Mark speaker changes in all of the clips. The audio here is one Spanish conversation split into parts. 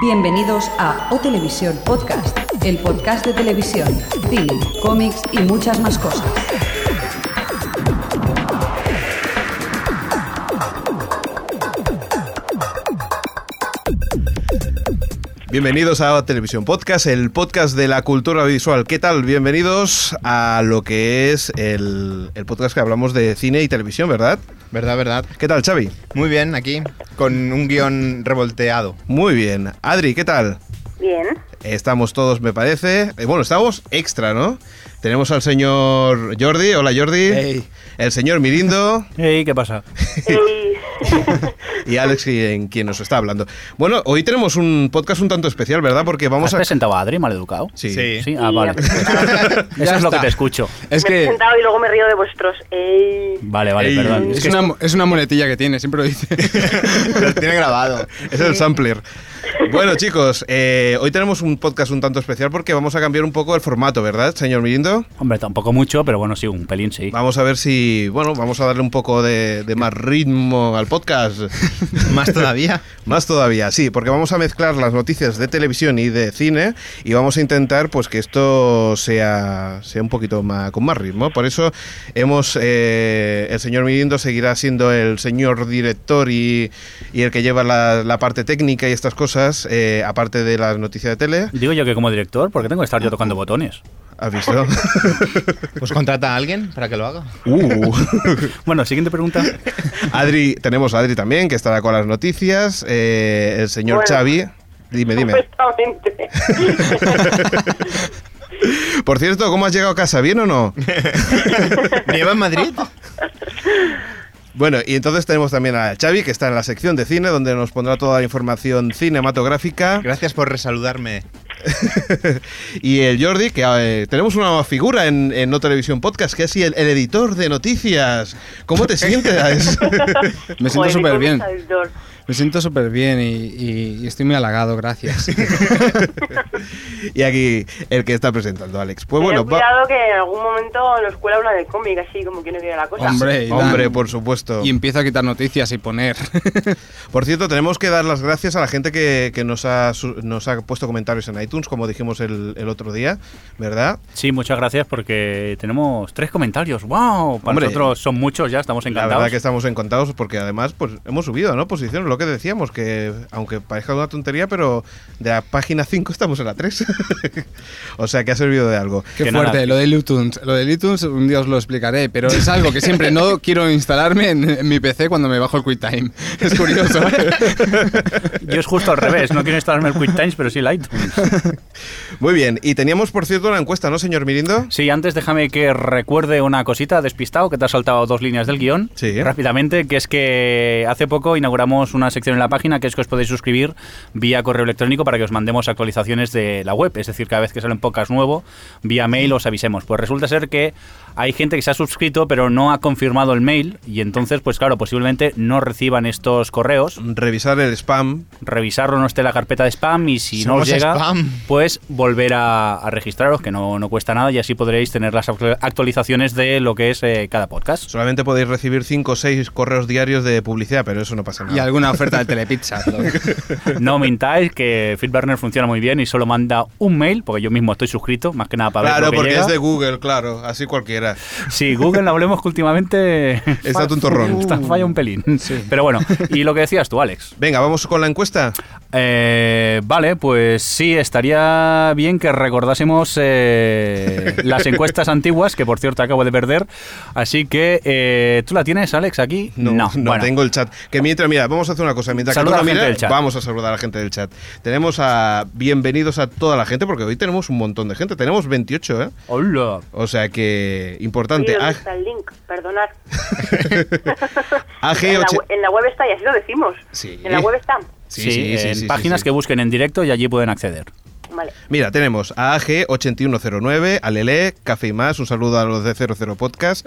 Speaker 1: Bienvenidos a O Televisión Podcast, el podcast de televisión, cine, cómics y muchas más cosas.
Speaker 2: Bienvenidos a Televisión Podcast, el podcast de la cultura visual. ¿Qué tal? Bienvenidos a lo que es el, el podcast que hablamos de cine y televisión, ¿verdad?
Speaker 3: ¿Verdad, verdad?
Speaker 2: ¿Qué tal, Xavi?
Speaker 3: Muy bien, aquí, con un guión revolteado.
Speaker 2: Muy bien. Adri, ¿qué tal?
Speaker 4: Bien.
Speaker 2: Estamos todos, me parece. eh, Bueno, estamos extra, ¿no? Tenemos al señor Jordi. Hola, Jordi.
Speaker 5: Hey.
Speaker 2: El señor Mirindo.
Speaker 5: Ey, ¿qué pasa?
Speaker 4: Ey,
Speaker 2: Y Alex, quien, quien nos está hablando. Bueno, hoy tenemos un podcast un tanto especial, ¿verdad? Porque vamos
Speaker 5: ¿Has
Speaker 2: a...
Speaker 5: presentado a Adri, maleducado?
Speaker 2: sí.
Speaker 5: Sí, ah, vale. Eso
Speaker 6: Ya
Speaker 5: es lo que
Speaker 6: está.
Speaker 5: te escucho.
Speaker 6: Es
Speaker 4: me he
Speaker 6: que
Speaker 4: presentado y luego me río de vuestros. Ey.
Speaker 5: Vale, vale,
Speaker 2: Ey.
Speaker 5: perdón.
Speaker 6: es una, mo- es una muletilla que tiene, siempre lo dice.
Speaker 3: Lo tiene grabado.
Speaker 2: Es el sampler. Bueno, chicos, eh, hoy tenemos un podcast un tanto especial porque vamos a cambiar un poco el formato, ¿verdad, señor Mirindo?
Speaker 5: Hombre, tampoco mucho, pero bueno, sí, un pelín, sí.
Speaker 2: Vamos a ver si, bueno, vamos a darle un poco de, de más ritmo al podcast.
Speaker 3: Más todavía.
Speaker 2: Más todavía, sí, porque vamos a mezclar las noticias de televisión y de cine y vamos a intentar pues que esto sea, sea un poquito más, con más ritmo. Por eso hemos eh, el señor Mirindo seguirá siendo el señor director y, y el que lleva la, la parte técnica y estas cosas, eh, aparte de las noticias de tele.
Speaker 5: Digo yo que como director, porque tengo que estar yo tocando botones.
Speaker 2: ¿Has visto?
Speaker 3: Pues contrata a alguien para que lo haga.
Speaker 2: Uh.
Speaker 5: Bueno, siguiente pregunta.
Speaker 2: Adri, tenemos a Adri también, que estará con las noticias. eh, el señor
Speaker 4: Bueno. Pues-
Speaker 2: Xavi. Dime, dime.
Speaker 4: Completamente.
Speaker 2: Por cierto, ¿cómo has llegado a casa? ¿Bien o no?
Speaker 3: ¿Nieva en Madrid?
Speaker 2: Bueno, y entonces tenemos también a Xavi, que está en la sección de cine, donde nos pondrá toda la información cinematográfica.
Speaker 3: Gracias por resaludarme.
Speaker 2: Y el Jordi, que eh, tenemos una nueva figura en, en No Televisión Podcast, que es el, el editor de noticias. ¿Cómo te sientes?
Speaker 6: Me siento
Speaker 4: Joder,
Speaker 6: súper bien.
Speaker 4: qué conquistador.
Speaker 6: Me siento súper bien y, y- y estoy muy halagado, gracias.
Speaker 2: y aquí el que está presentando, Alex. Pues
Speaker 4: Tened
Speaker 2: bueno, va-
Speaker 4: cuidado que en algún momento nos cuela una de cómic, así como que no queda la cosa.
Speaker 6: Hombre, y dan-
Speaker 2: hombre, por supuesto.
Speaker 6: Y empiezo a quitar noticias y poner.
Speaker 2: Por cierto, tenemos que dar las gracias a la gente que, que nos, ha, su- nos ha puesto comentarios en iTunes, como dijimos el, el otro día, ¿verdad?
Speaker 5: Sí, muchas gracias porque tenemos tres comentarios. ¡Wow! Para
Speaker 2: Hombre.
Speaker 5: nosotros son muchos ya, estamos
Speaker 2: La
Speaker 5: encantados.
Speaker 2: verdad que estamos encantados porque además pues hemos subido, ¿no? Posiciones, lo que decíamos, que aunque parezca una tontería, pero de la página 5 estamos en la 3. o sea que ha servido de algo.
Speaker 6: Qué
Speaker 5: Que nada.
Speaker 6: fuerte, lo de iTunes. Lo de iTunes un día os lo explicaré, pero es algo que siempre no quiero instalarme en, en mi PC cuando me bajo el QuickTime. Es curioso, ¿eh?
Speaker 5: Yo es justo al revés, no quiero instalarme el QuickTimes, pero sí el iTunes.
Speaker 2: Muy bien, y teníamos por cierto una encuesta, ¿no, señor Mirindo?
Speaker 5: Sí, antes déjame que recuerde una cosita despistado que te has saltado dos líneas del guión
Speaker 2: Sí.
Speaker 5: rápidamente, que es que hace poco inauguramos una sección en la página que es que os podéis suscribir vía correo electrónico para que os mandemos actualizaciones de la web, es decir, cada vez que sale un podcast nuevo, vía mail os avisemos. Pues resulta ser que hay gente que se ha suscrito pero no ha confirmado el mail y entonces, pues claro, posiblemente no reciban estos correos
Speaker 2: Revisar el spam.
Speaker 5: revisarlo, no esté en la carpeta de spam y si no
Speaker 3: Somos
Speaker 5: os llega,
Speaker 3: spam.
Speaker 5: pues volver a, a registraros, que no, no cuesta nada y así podréis tener las actu- actualizaciones de lo que es eh, cada podcast.
Speaker 2: Solamente podéis recibir 5 o 6 correos diarios de publicidad, pero eso no pasa nada.
Speaker 6: Y alguna oferta de telepizza. pero-
Speaker 5: No mintáis que FeedBurner funciona muy bien y solo manda un mail, porque yo mismo estoy suscrito, más que nada para
Speaker 2: Claro,
Speaker 5: ver lo que
Speaker 2: porque
Speaker 5: llega.
Speaker 2: es de Google, claro, así cualquiera.
Speaker 5: Sí, Google, hablemos que últimamente...
Speaker 2: Está tontorrón.
Speaker 5: Está falla un pelín. Pero bueno, y lo que decías tú, Alex.
Speaker 2: Venga, vamos con la encuesta.
Speaker 5: Eh, vale, pues sí, estaría bien que recordásemos eh, las encuestas antiguas, que por cierto acabo de perder. Así que, eh, ¿tú la tienes, Alex, aquí?
Speaker 2: No, no,
Speaker 5: bueno.
Speaker 2: tengo el chat. Que mientras, mira, vamos a hacer una cosa. Mientras
Speaker 5: Saluda
Speaker 2: que tú
Speaker 5: a la
Speaker 2: la
Speaker 5: gente
Speaker 2: miras,
Speaker 5: del chat.
Speaker 2: vamos a saludar a la gente del chat. Tenemos a bienvenidos a toda la gente, porque hoy tenemos un montón de gente. Tenemos 28, ¿eh?
Speaker 5: Hola.
Speaker 2: O sea que,
Speaker 4: Oye,
Speaker 2: importante. ah.
Speaker 4: ¿dónde
Speaker 2: A-
Speaker 4: está el link? Perdonad. en, la,
Speaker 2: AG80.
Speaker 4: we- en la web está y así lo decimos.
Speaker 2: Sí.
Speaker 4: En la web está.
Speaker 2: Sí,
Speaker 5: Sí,
Speaker 2: sí, sí,
Speaker 5: en
Speaker 2: sí,
Speaker 5: páginas
Speaker 2: sí, sí.
Speaker 5: que busquen en directo y allí pueden acceder.
Speaker 4: Vale.
Speaker 2: Mira, tenemos a AG8109, a Lele, Café y Más, un saludo a los de 00 Podcast,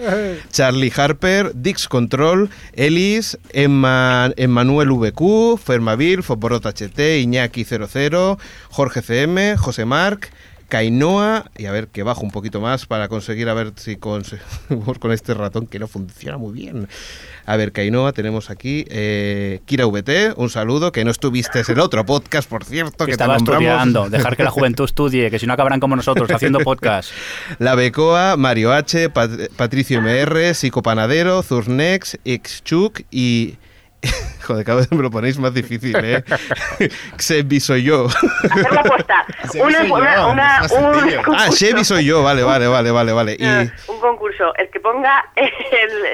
Speaker 2: Charlie Harper, Dix Control, Elis, Emma- Emmanuel VQ, Fermavil, Foporot HT, Iñaki00, Jorge CM, José Marc, Kainoa, y a ver que bajo un poquito más para conseguir a ver si conseguimos con este ratón que no funciona muy bien. A ver, Kainoa, tenemos aquí eh, Kira VT, un saludo, que no estuviste en el otro podcast, por cierto, que, te
Speaker 5: Estaba
Speaker 2: nombramos.
Speaker 5: estudiando, dejar que la juventud estudie, que si no acabarán como nosotros haciendo podcast.
Speaker 2: La Becoa, Mario H, Pat- Patricio MR, Psicopanadero, Zurnex, Xchuk y... Joder, cada vez me lo ponéis más difícil, ¿eh? Xevi soy yo.
Speaker 4: Hacer la apuesta.
Speaker 3: Ese
Speaker 4: Una,
Speaker 3: soy yo,
Speaker 4: una, una-
Speaker 3: es más
Speaker 4: un
Speaker 3: sencillo.
Speaker 4: concurso.
Speaker 2: Ah, Xevi soy yo, vale, vale, vale, vale, vale.
Speaker 4: Eh,
Speaker 2: Y
Speaker 4: Un concurso. El que ponga el,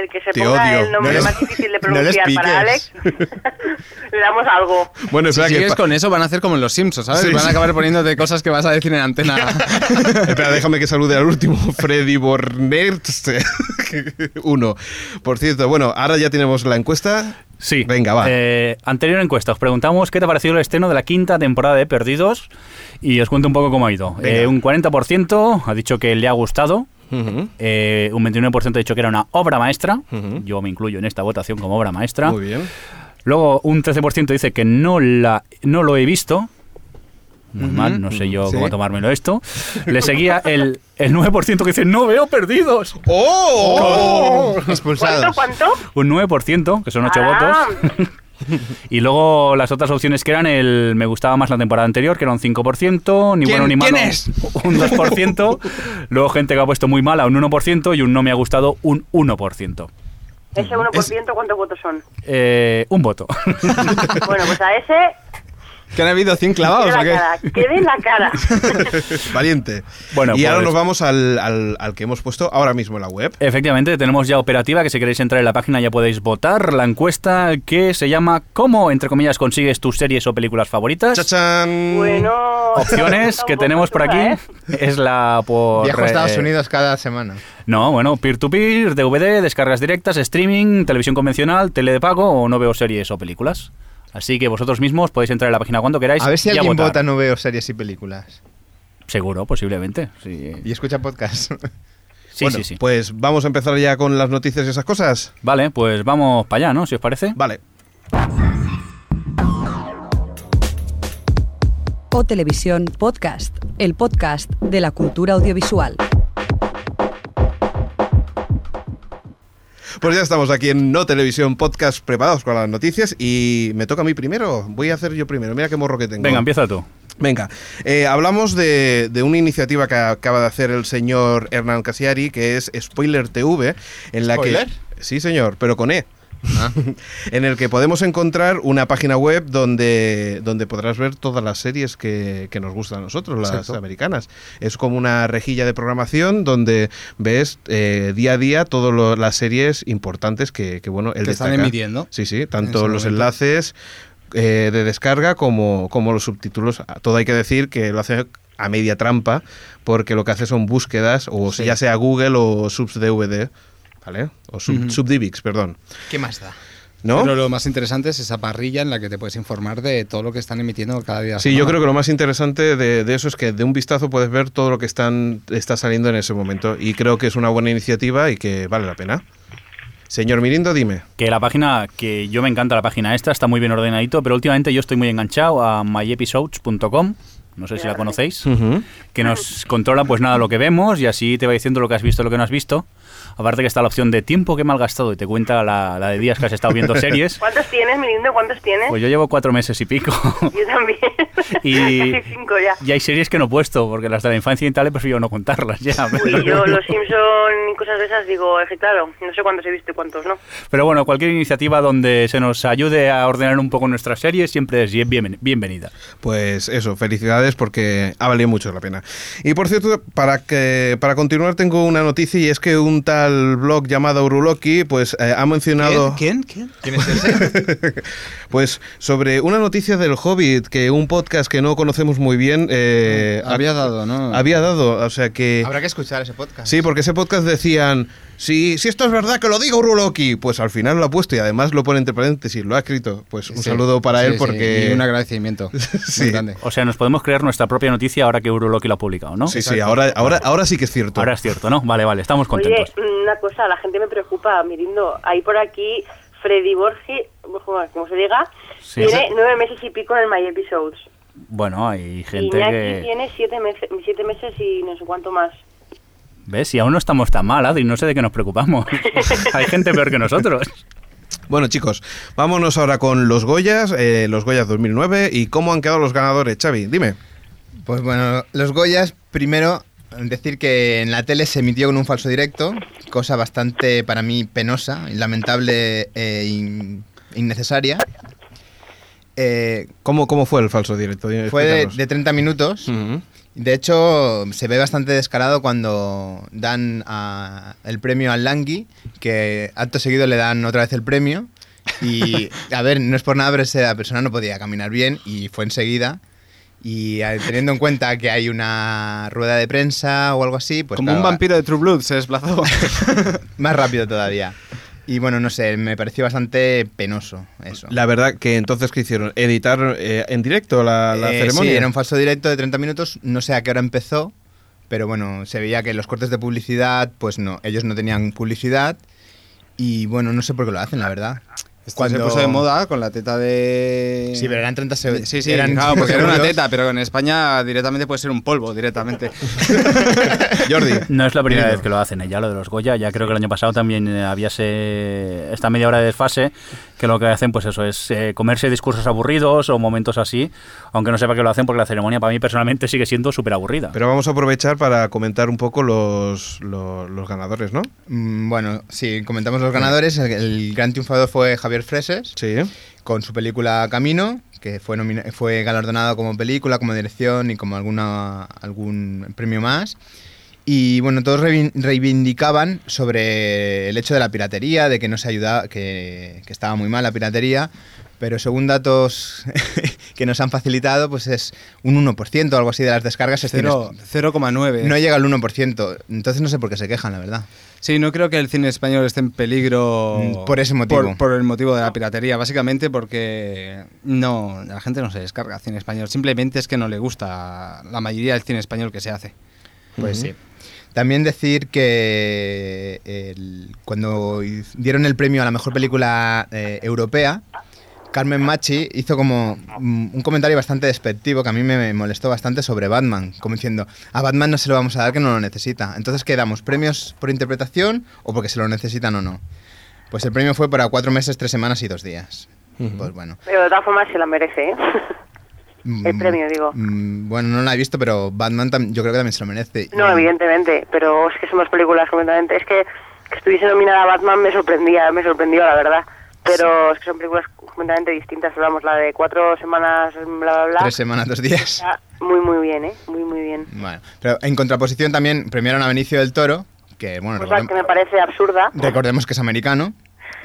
Speaker 4: el que se
Speaker 2: Te
Speaker 4: ponga
Speaker 2: odio.
Speaker 4: el nombre
Speaker 3: No les-
Speaker 4: más difícil de
Speaker 3: no les
Speaker 4: pronunciar para Alex,
Speaker 3: piques.
Speaker 4: le damos algo.
Speaker 2: bueno,
Speaker 6: Si
Speaker 2: espera que...
Speaker 6: sigues con eso, van a hacer como en los Simpsons, ¿sabes?
Speaker 2: Sí,
Speaker 6: van
Speaker 2: sí.
Speaker 6: a acabar poniéndote cosas que vas a decir en antena.
Speaker 2: Espera, déjame que salude al último, Freddy Bornertz. Uno. Por cierto, bueno, ahora ya tenemos la encuesta.
Speaker 5: Sí.
Speaker 2: Venga, va.
Speaker 5: Eh, anterior encuesta, os preguntamos qué te ha parecido el estreno de la quinta temporada de Perdidos y os cuento un poco cómo ha ido.
Speaker 2: Venga.
Speaker 5: Eh, un 40% ha dicho que le ha gustado,
Speaker 2: Ujú.
Speaker 5: eh, un 29% ha dicho que era una obra maestra,
Speaker 2: Ujú.
Speaker 5: yo me incluyo en esta votación como obra maestra.
Speaker 2: Muy bien.
Speaker 5: Luego un 13% dice que no, la, no lo he visto. Muy mal, no sé yo
Speaker 6: sí.
Speaker 5: cómo tomármelo esto. Le seguía el, el 9% que dice no veo perdidos.
Speaker 2: ¡Oh!
Speaker 4: ¿Cuánto?
Speaker 3: Expulsados.
Speaker 4: ¿Cuánto?
Speaker 5: Un 9%, que son 8
Speaker 4: Ah.
Speaker 5: votos. y luego las otras opciones que eran el me gustaba más la temporada anterior, que era un 5%, ni
Speaker 6: ¿Quién-
Speaker 5: bueno ni malo.
Speaker 6: quién es?
Speaker 5: Un 2%. luego gente que ha puesto muy mala, un 1%, y un no me ha gustado, un 1%.
Speaker 4: Ese 1%, ¿cuántos votos son?
Speaker 5: Eh, un voto.
Speaker 4: Bueno, pues a ese,
Speaker 6: ¿Que han habido 100 clavados
Speaker 4: quede
Speaker 6: o
Speaker 4: la
Speaker 6: qué?
Speaker 4: cara. Quede la cara.
Speaker 2: Valiente.
Speaker 5: Bueno,
Speaker 2: y ahora
Speaker 5: pues-
Speaker 2: nos vamos al, al- al que hemos puesto ahora mismo en la web.
Speaker 5: Efectivamente, tenemos ya operativa que si queréis entrar en la página ya podéis votar la encuesta que se llama ¿Cómo, entre comillas, consigues tus series o películas favoritas?
Speaker 2: ¡Chachán!
Speaker 4: Bueno. ¿eh?
Speaker 5: Opciones que tenemos por aquí es la por...
Speaker 3: Viajo a Estados
Speaker 5: eh,
Speaker 3: Unidos cada semana.
Speaker 5: No, bueno, peer-to-peer, DVD, descargas directas, streaming, televisión convencional, tele de pago o no veo series o películas. Así que vosotros mismos podéis entrar en la página cuando queráis.
Speaker 3: A ver si
Speaker 5: y
Speaker 3: alguien
Speaker 5: votar.
Speaker 3: vota no veo series y películas.
Speaker 5: Seguro, posiblemente. Sí,
Speaker 3: Y escucha podcast.
Speaker 5: sí,
Speaker 2: Bueno,
Speaker 5: sí. sí.
Speaker 2: Pues vamos a empezar ya con las noticias y esas cosas.
Speaker 5: Vale, pues vamos para allá, ¿no? Si os parece.
Speaker 2: Vale.
Speaker 1: O Televisión Podcast, el podcast de la cultura audiovisual.
Speaker 2: Pues ya estamos aquí en No Televisión Podcast preparados con las noticias y me toca a mí primero. Voy a hacer yo primero. Mira qué morro que tengo.
Speaker 5: Venga, empieza tú.
Speaker 2: Venga, eh, hablamos de, de una iniciativa que acaba de hacer el señor Hernán Casiari, que es Spoiler TV, en la
Speaker 3: ¿Spoiler?
Speaker 2: que... Sí, señor, pero con E.
Speaker 3: Ah.
Speaker 2: en el que podemos encontrar una página web donde, donde podrás ver todas las series que, que nos gustan a nosotros, las
Speaker 3: Exacto.
Speaker 2: americanas. Es como una rejilla de programación donde ves eh, día a día todas las series importantes que, que, bueno, él
Speaker 6: Que están
Speaker 2: destaca.
Speaker 6: emitiendo.
Speaker 2: Sí, sí,
Speaker 6: En ese
Speaker 2: tanto los
Speaker 6: momento.
Speaker 2: enlaces eh, de descarga como, como los subtítulos. Todo hay que decir que lo hace a media trampa porque lo que hace son búsquedas o
Speaker 3: Sí.
Speaker 2: ya sea Google o subs DVD, ¿vale? O sub,
Speaker 6: Ujú.
Speaker 2: subdivx, perdón.
Speaker 3: ¿Qué más da?
Speaker 2: ¿No?
Speaker 6: Pero lo más interesante es esa parrilla en la que te puedes informar de todo lo que están emitiendo cada día. de la
Speaker 2: Sí, yo
Speaker 6: semana.
Speaker 2: creo que lo más interesante de, de eso es que de un vistazo puedes ver todo lo que están, está saliendo en ese momento. Y creo que es una buena iniciativa y que vale la pena. Señor Mirindo, dime.
Speaker 5: Que la página, que yo me encanta la página esta, está muy bien ordenadito, pero últimamente yo estoy muy enganchado a myepisodes.com. No sé si la
Speaker 3: Mm.
Speaker 5: conocéis. que nos controla pues nada lo que vemos y así te va diciendo lo que has visto lo que no has visto. Aparte que está la opción de tiempo que he malgastado y te cuenta la, la de días que has estado viendo series.
Speaker 4: ¿Cuántos tienes, mi lindo? ¿Cuántos tienes?
Speaker 5: Pues yo llevo cuatro meses y pico.
Speaker 4: Yo también.
Speaker 5: Y,
Speaker 4: Casi cinco ya.
Speaker 5: y hay series que no he puesto, porque las de la infancia y tal he preferido no contarlas ya.
Speaker 4: Uy, yo los Simpson y cosas de esas digo, es que claro, no sé cuántos he visto y cuántos no.
Speaker 5: Pero bueno, cualquier iniciativa donde se nos ayude a ordenar un poco nuestras series siempre es bien- bien- bienvenida.
Speaker 2: Pues eso, felicidades porque ha valido mucho la pena. Y por cierto, para que para continuar tengo una noticia y es que un tal blog llamado Uruloki pues eh, ha mencionado
Speaker 6: ¿Quién? ¿Quién?
Speaker 3: ¿Quién es ese?
Speaker 2: pues sobre una noticia del Hobbit que un podcast que no conocemos muy bien eh,
Speaker 6: Había
Speaker 2: ha-
Speaker 6: dado, ¿no?
Speaker 2: había dado, o sea que
Speaker 3: Habrá que escuchar ese podcast.
Speaker 2: Sí, porque ese podcast decían, si, si esto es verdad que lo diga Uruloki, pues al final lo ha puesto y además lo pone entre paréntesis, lo ha escrito. Pues un
Speaker 6: Sí.
Speaker 2: saludo para
Speaker 6: Sí,
Speaker 2: él
Speaker 6: sí,
Speaker 2: porque...
Speaker 6: y un agradecimiento.
Speaker 2: Sí.
Speaker 6: Muy grande.
Speaker 5: O sea, nos podemos crear nuestra propia noticia ahora que Euroloki lo ha publicado, ¿no?
Speaker 2: Sí, sí, ahora, ahora, ahora sí que es cierto.
Speaker 5: Ahora es cierto, ¿no? Vale, vale, estamos
Speaker 4: Oye,
Speaker 5: contentos.
Speaker 4: una cosa, la gente me preocupa, mirindo. Ahí por aquí, Freddy Borgi, como se diga,
Speaker 5: Sí.
Speaker 4: tiene nueve meses y pico en el My Episodes.
Speaker 5: Bueno, hay gente
Speaker 4: Iñaki
Speaker 5: que...
Speaker 4: tiene siete, meses siete meses y no sé cuánto más.
Speaker 5: ¿Ves? Y aún no estamos tan mal, Adri, no sé de qué nos preocupamos. hay gente peor que nosotros.
Speaker 2: Bueno, chicos, vámonos ahora con los Goyas, eh, los Goyas 2009 y cómo han quedado los ganadores. Xavi, dime.
Speaker 3: Pues bueno, los Goyas, primero decir que en la tele se emitió con un falso directo, cosa bastante para mí penosa, lamentable e in- innecesaria. Eh,
Speaker 2: ¿Cómo, cómo fue el falso directo? Dime,
Speaker 3: fue de,
Speaker 2: explícanos. Mm.
Speaker 3: de 30 minutos.
Speaker 2: Ujú.
Speaker 3: De hecho, se ve bastante descarado cuando dan a- el premio al Langui, que acto seguido le dan otra vez el premio. Y, a ver, no es por nada, pero esa persona no podía caminar bien y fue enseguida. Y eh, teniendo en cuenta que hay una rueda de prensa o algo así, pues
Speaker 6: Como
Speaker 3: claro,
Speaker 6: un vampiro de True Blood se desplazó.
Speaker 3: más rápido todavía. Y bueno, no sé, me pareció bastante penoso eso.
Speaker 2: La verdad que entonces, ¿qué hicieron? ¿Editar eh, en directo la, la
Speaker 3: Eh,
Speaker 2: ceremonia?
Speaker 3: Sí, era un falso directo de 30 minutos, no sé a qué hora empezó, pero bueno, se veía que los cortes de publicidad, pues no, ellos no tenían publicidad y bueno, no sé por qué lo hacen, la verdad.
Speaker 6: Esto
Speaker 3: Cuando-
Speaker 6: se puso de moda con la teta de...
Speaker 3: Sí, pero eran 30 segundos.
Speaker 6: Sí, sí, claro, porque era una teta, pero en España directamente puede ser un polvo, directamente.
Speaker 2: Jordi.
Speaker 5: No es la primera
Speaker 2: Dilo.
Speaker 5: vez que lo hacen, eh, ya lo de los Goya, ya creo que el año pasado también eh, había ese- esta media hora de desfase, que lo que hacen pues eso, es eh, comerse discursos aburridos o momentos así, aunque no sepa que lo hacen porque la ceremonia para mí personalmente sigue siendo súper aburrida.
Speaker 2: Pero vamos a aprovechar para comentar un poco los, los, los ganadores, ¿no?
Speaker 3: Mm, Bueno, sí, comentamos los ganadores. El, el gran triunfador fue Javier Freses
Speaker 2: Sí. ¿eh?
Speaker 3: con su película Camino, que fue, nomina- fue galardonado como película, como dirección y como alguna, algún premio más. Y bueno, todos reivin- reivindicaban sobre el hecho de la piratería, de que no se ayudaba, que, que estaba muy mal la piratería, pero según datos que nos han facilitado, pues es un 1% o algo así de las descargas. es decir,
Speaker 6: Cero-
Speaker 3: es-
Speaker 6: 0,9.
Speaker 3: No llega al 1%, entonces no sé por qué se quejan, la verdad.
Speaker 6: Sí, no creo que el cine español esté en peligro
Speaker 3: Mm, por ese motivo.
Speaker 6: Por, por el motivo de la piratería, básicamente porque no, la gente no se descarga cine español, simplemente es que no le gusta la mayoría del cine español que se hace.
Speaker 3: Pues sí. También decir que el- cuando hiz- dieron el premio a la mejor película eh, europea, Carmen Machi hizo como mm, un comentario bastante despectivo que a mí me molestó bastante sobre Batman, como diciendo, a Batman no se lo vamos a dar que no lo necesita. Entonces, ¿qué damos? ¿Premios por interpretación o porque se lo necesitan o no? Pues el premio fue para cuatro meses, tres semanas y dos días. Pues bueno.
Speaker 4: Pero de todas formas se la merece, ¿eh? El
Speaker 3: Mm,
Speaker 4: premio, digo.
Speaker 3: mm, Bueno, no la he visto, pero Batman tam- yo creo que también se lo merece.
Speaker 4: No,
Speaker 3: Y-
Speaker 4: evidentemente, pero es que somos películas completamente. Es que, que estuviese nominada a Batman me sorprendía, me sorprendió, la verdad. Pero es que son películas completamente distintas. Hablamos la de cuatro semanas, bla, bla, bla.
Speaker 3: Tres semanas, dos días.
Speaker 4: Está muy, muy bien, ¿eh? Muy, muy bien.
Speaker 3: Bueno, pero en contraposición también premiaron a Benicio del Toro, que bueno,
Speaker 4: Cosa
Speaker 3: recordem-
Speaker 4: Pues que me parece absurda.
Speaker 3: recordemos que es americano,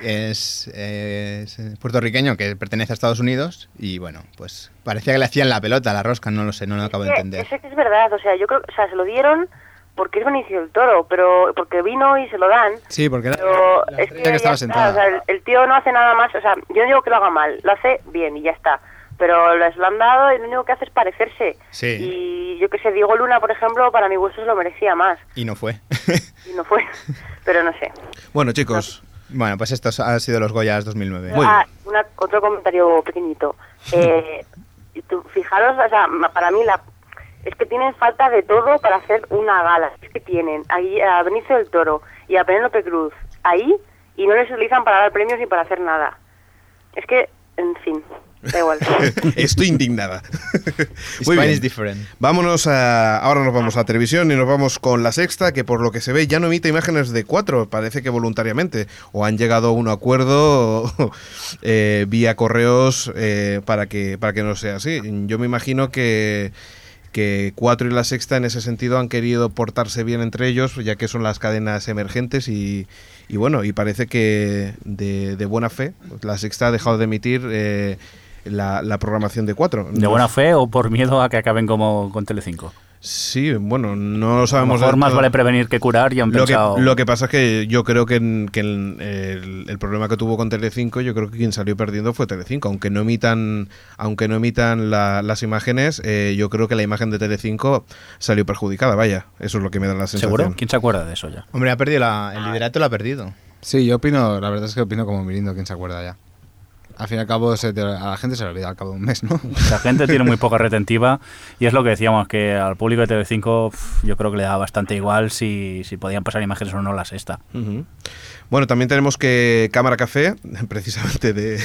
Speaker 3: es, eh, es, eh, puertorriqueño, que pertenece a Estados Unidos, y bueno, pues parecía que le hacían la pelota, la rosca, no lo sé, no lo acabo de
Speaker 4: que-
Speaker 3: entender.
Speaker 4: Eso que es verdad, o sea, yo creo, o sea, se lo dieron porque es Benicio del Toro, pero porque vino y se lo dan.
Speaker 6: Sí, porque era
Speaker 4: Pero
Speaker 6: la
Speaker 4: es que,
Speaker 6: estrella
Speaker 4: ya
Speaker 6: que estaba
Speaker 4: está,
Speaker 6: sentada.
Speaker 4: o sea, el, el tío no hace nada más, o sea, yo no digo que lo haga mal, lo hace bien y ya está. Pero les lo han dado y lo único que hace es parecerse.
Speaker 3: Sí.
Speaker 4: Y yo que sé, Diego Luna, por ejemplo, para mi gusto se lo merecía más.
Speaker 3: Y no fue.
Speaker 4: Y no fue, pero no sé.
Speaker 2: Bueno, chicos,
Speaker 3: bueno, pues estos han sido los Goyas 2009.
Speaker 2: Muy
Speaker 4: ah, una- otro comentario pequeñito. Eh, y tú, fijaros, o sea, ma- para mí la, es que tienen falta de todo para hacer una gala. Es que tienen ahí a Benicio del Toro y a Penélope Cruz ahí y no les utilizan para dar premios ni para hacer nada. Es que, en fin, da igual.
Speaker 2: estoy indignada. Muy
Speaker 3: Spain
Speaker 2: bien.
Speaker 3: is different.
Speaker 2: Vámonos a. Ahora nos vamos a televisión y nos vamos con la sexta, que por lo que se ve ya no emite imágenes de cuatro, parece que voluntariamente. O han llegado a un acuerdo eh, vía correos eh, para, que, para que no sea así. Yo me imagino que que cuatro y la sexta en ese sentido han querido portarse bien entre ellos, ya que son las cadenas emergentes y, y bueno, y parece que de, de buena fe la sexta ha dejado de emitir eh, la, la programación de cuatro.
Speaker 5: ¿De buena fe o por miedo a que acaben como con Telecinco?
Speaker 2: Sí, bueno, no lo
Speaker 5: A lo
Speaker 2: sabemos.
Speaker 5: mejor
Speaker 2: del
Speaker 5: más
Speaker 2: todo.
Speaker 5: vale prevenir que curar y han
Speaker 2: Lo que,
Speaker 5: pensado...
Speaker 2: lo que pasa es que yo creo que, en- que en el, el problema que tuvo con Telecinco, yo creo que quien salió perdiendo fue Telecinco. Aunque no emitan, aunque no emitan la- las imágenes, eh, yo creo que la imagen de Telecinco salió perjudicada. Vaya, eso es lo que me da la sensación.
Speaker 5: ¿Seguro? ¿Quién se acuerda de eso ya?
Speaker 3: Hombre,
Speaker 4: Ah.
Speaker 3: ha perdido la- el liderato, lo ha perdido.
Speaker 6: Sí, yo opino, la verdad es que opino como Mirindo, quien se acuerda ya. al fin y al cabo se te- a la gente se le olvida al cabo de un mes, ¿no?
Speaker 5: La gente tiene muy poca retentiva y es lo que decíamos, que al público de TV5 pf, yo creo que le da bastante igual si, si podían pasar imágenes o no la sexta.
Speaker 2: Ujú. Bueno, también tenemos que Cámara Café, precisamente de,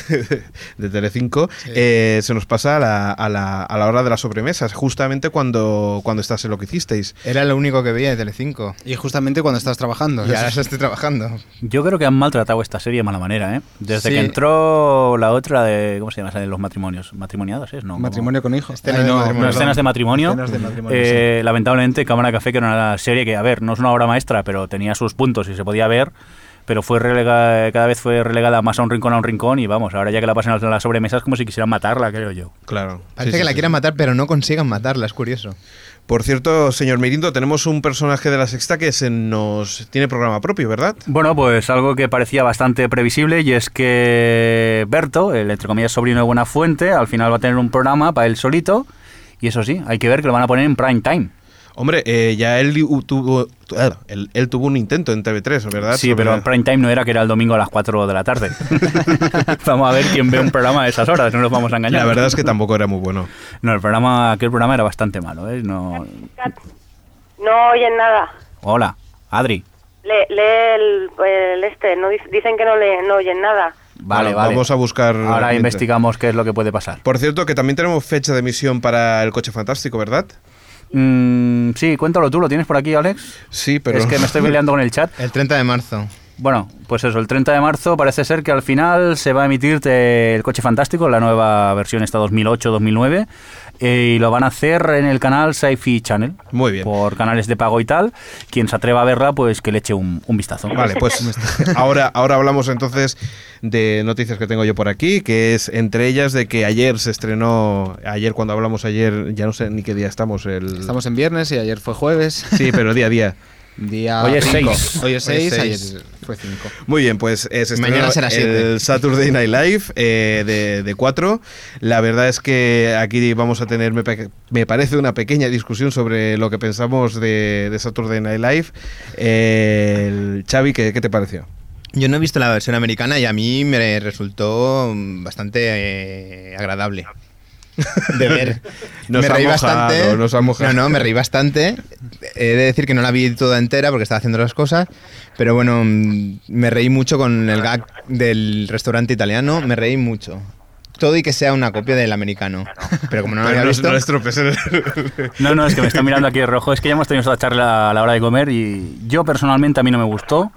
Speaker 2: de Telecinco, eh, se nos pasa a la, a la- a la hora de las sobremesas, justamente cuando, cuando estás en lo que hicisteis.
Speaker 3: Era lo único que veía de Telecinco.
Speaker 6: Y justamente cuando estás trabajando.
Speaker 3: Y ahora
Speaker 6: eso
Speaker 3: ya
Speaker 6: es-
Speaker 3: estoy trabajando.
Speaker 5: Yo creo que han maltratado esta serie de mala manera, ¿eh? Desde
Speaker 3: Sí.
Speaker 5: que entró la otra de... ¿Cómo se llama? esa de los matrimonios. Matrimoniadas, ¿es? No, ¿cómo?
Speaker 6: matrimonio con hijos.
Speaker 3: Escena de Este matrimonio.
Speaker 5: Bueno, escenas de matrimonio.
Speaker 6: Escenas de matrimonio,
Speaker 5: Eh, Lamentablemente, Cámara Café, que era una serie que, a ver, no es una obra maestra, pero tenía sus puntos y se podía ver, pero fue relegada, cada vez fue relegada más a un rincón, a un rincón, y vamos, ahora ya que la pasan a las sobremesas es como si quisieran matarla, creo yo.
Speaker 2: Claro.
Speaker 3: Parece
Speaker 2: Sí,
Speaker 3: que
Speaker 2: sí,
Speaker 3: la
Speaker 2: sí.
Speaker 3: quieran matar, pero no consigan matarla, es curioso.
Speaker 2: Por cierto, señor Mirindo, tenemos un personaje de la sexta que se nos tiene programa propio, ¿verdad?
Speaker 5: Bueno, pues algo que parecía bastante previsible y es que Berto, el entre comillas sobrino de Buenafuente, al final va a tener un programa para él solito, y eso sí, hay que ver que lo van a poner en prime time.
Speaker 2: Hombre, eh, ya él u- tuvo, tu- ah, él, él tuvo un intento en TV3, ¿verdad?
Speaker 5: Sí,
Speaker 2: Sobre-
Speaker 5: pero en prime time no era que era el domingo a las 4 de la tarde. vamos a ver quién ve un programa a esas horas, no nos vamos a engañar.
Speaker 2: La verdad es que tampoco era muy bueno.
Speaker 5: No, el programa, aquel programa era bastante malo, ¿eh? No...
Speaker 4: No oyen nada.
Speaker 5: Hola, Adri.
Speaker 4: Le, lee el, el este, no dic- dicen que no le no oyen nada.
Speaker 5: Vale,
Speaker 2: Bueno,
Speaker 5: vale.
Speaker 2: Vamos a buscar.
Speaker 5: Ahora investigamos qué es lo que puede pasar.
Speaker 2: Por cierto, que también tenemos fecha de emisión para el coche fantástico, ¿verdad?
Speaker 5: Mm, sí, cuéntalo tú, ¿lo tienes por aquí, Alex?
Speaker 2: Sí, pero.
Speaker 5: Es que me estoy peleando con el chat.
Speaker 3: El 30 de marzo.
Speaker 5: Bueno, pues eso, el 30 de marzo parece ser que al final se va a emitir eh, el Coche Fantástico, la nueva versión esta 2008-2009, eh, y lo van a hacer en el canal Sci-Fi Channel.
Speaker 2: Muy bien.
Speaker 5: Por canales de pago y tal. Quien se atreva a verla, pues que le eche un, un vistazo.
Speaker 2: Vale, pues ahora, ahora hablamos entonces de noticias que tengo yo por aquí, que es entre ellas de que ayer se estrenó, ayer cuando hablamos ayer, ya no sé ni qué día estamos, el...
Speaker 6: Estamos en viernes y ayer fue jueves.
Speaker 2: Sí, pero día a día.
Speaker 6: Día
Speaker 5: Hoy es
Speaker 6: cinco.
Speaker 5: seis.
Speaker 6: Hoy es
Speaker 3: Hoy es
Speaker 6: 6,
Speaker 3: seis.
Speaker 6: ayer fue 5.
Speaker 2: Muy bien, pues eh, se
Speaker 3: Mañana
Speaker 2: estrenó
Speaker 3: será siete.
Speaker 2: el Saturday Night Live eh, de- de 4. La verdad es que aquí vamos a tener, me, pe- me parece, una pequeña discusión sobre lo que pensamos de, de Saturday Night Live. Eh, el Xavi, ¿qué, qué te pareció?
Speaker 3: Yo no he visto la versión americana y a mí me resultó mm, bastante eh, agradable de ver.
Speaker 2: Nos
Speaker 3: me
Speaker 2: ha
Speaker 3: reí
Speaker 2: mojado,
Speaker 3: bastante.
Speaker 2: nos ha mojado.
Speaker 3: No, no, me reí bastante. He de decir que no la vi toda entera porque estaba haciendo las cosas, pero bueno, mm, me reí mucho con el gag del restaurante italiano, me reí mucho. Todo y que sea una copia del americano. Pero como no
Speaker 2: Pero
Speaker 3: pues, lo había
Speaker 2: no-
Speaker 3: visto,
Speaker 2: no estropees el-
Speaker 5: No, no, es que me está mirando aquí de rojo. Es que ya hemos tenido esta charla a la hora de comer y yo personalmente a mí no me gustó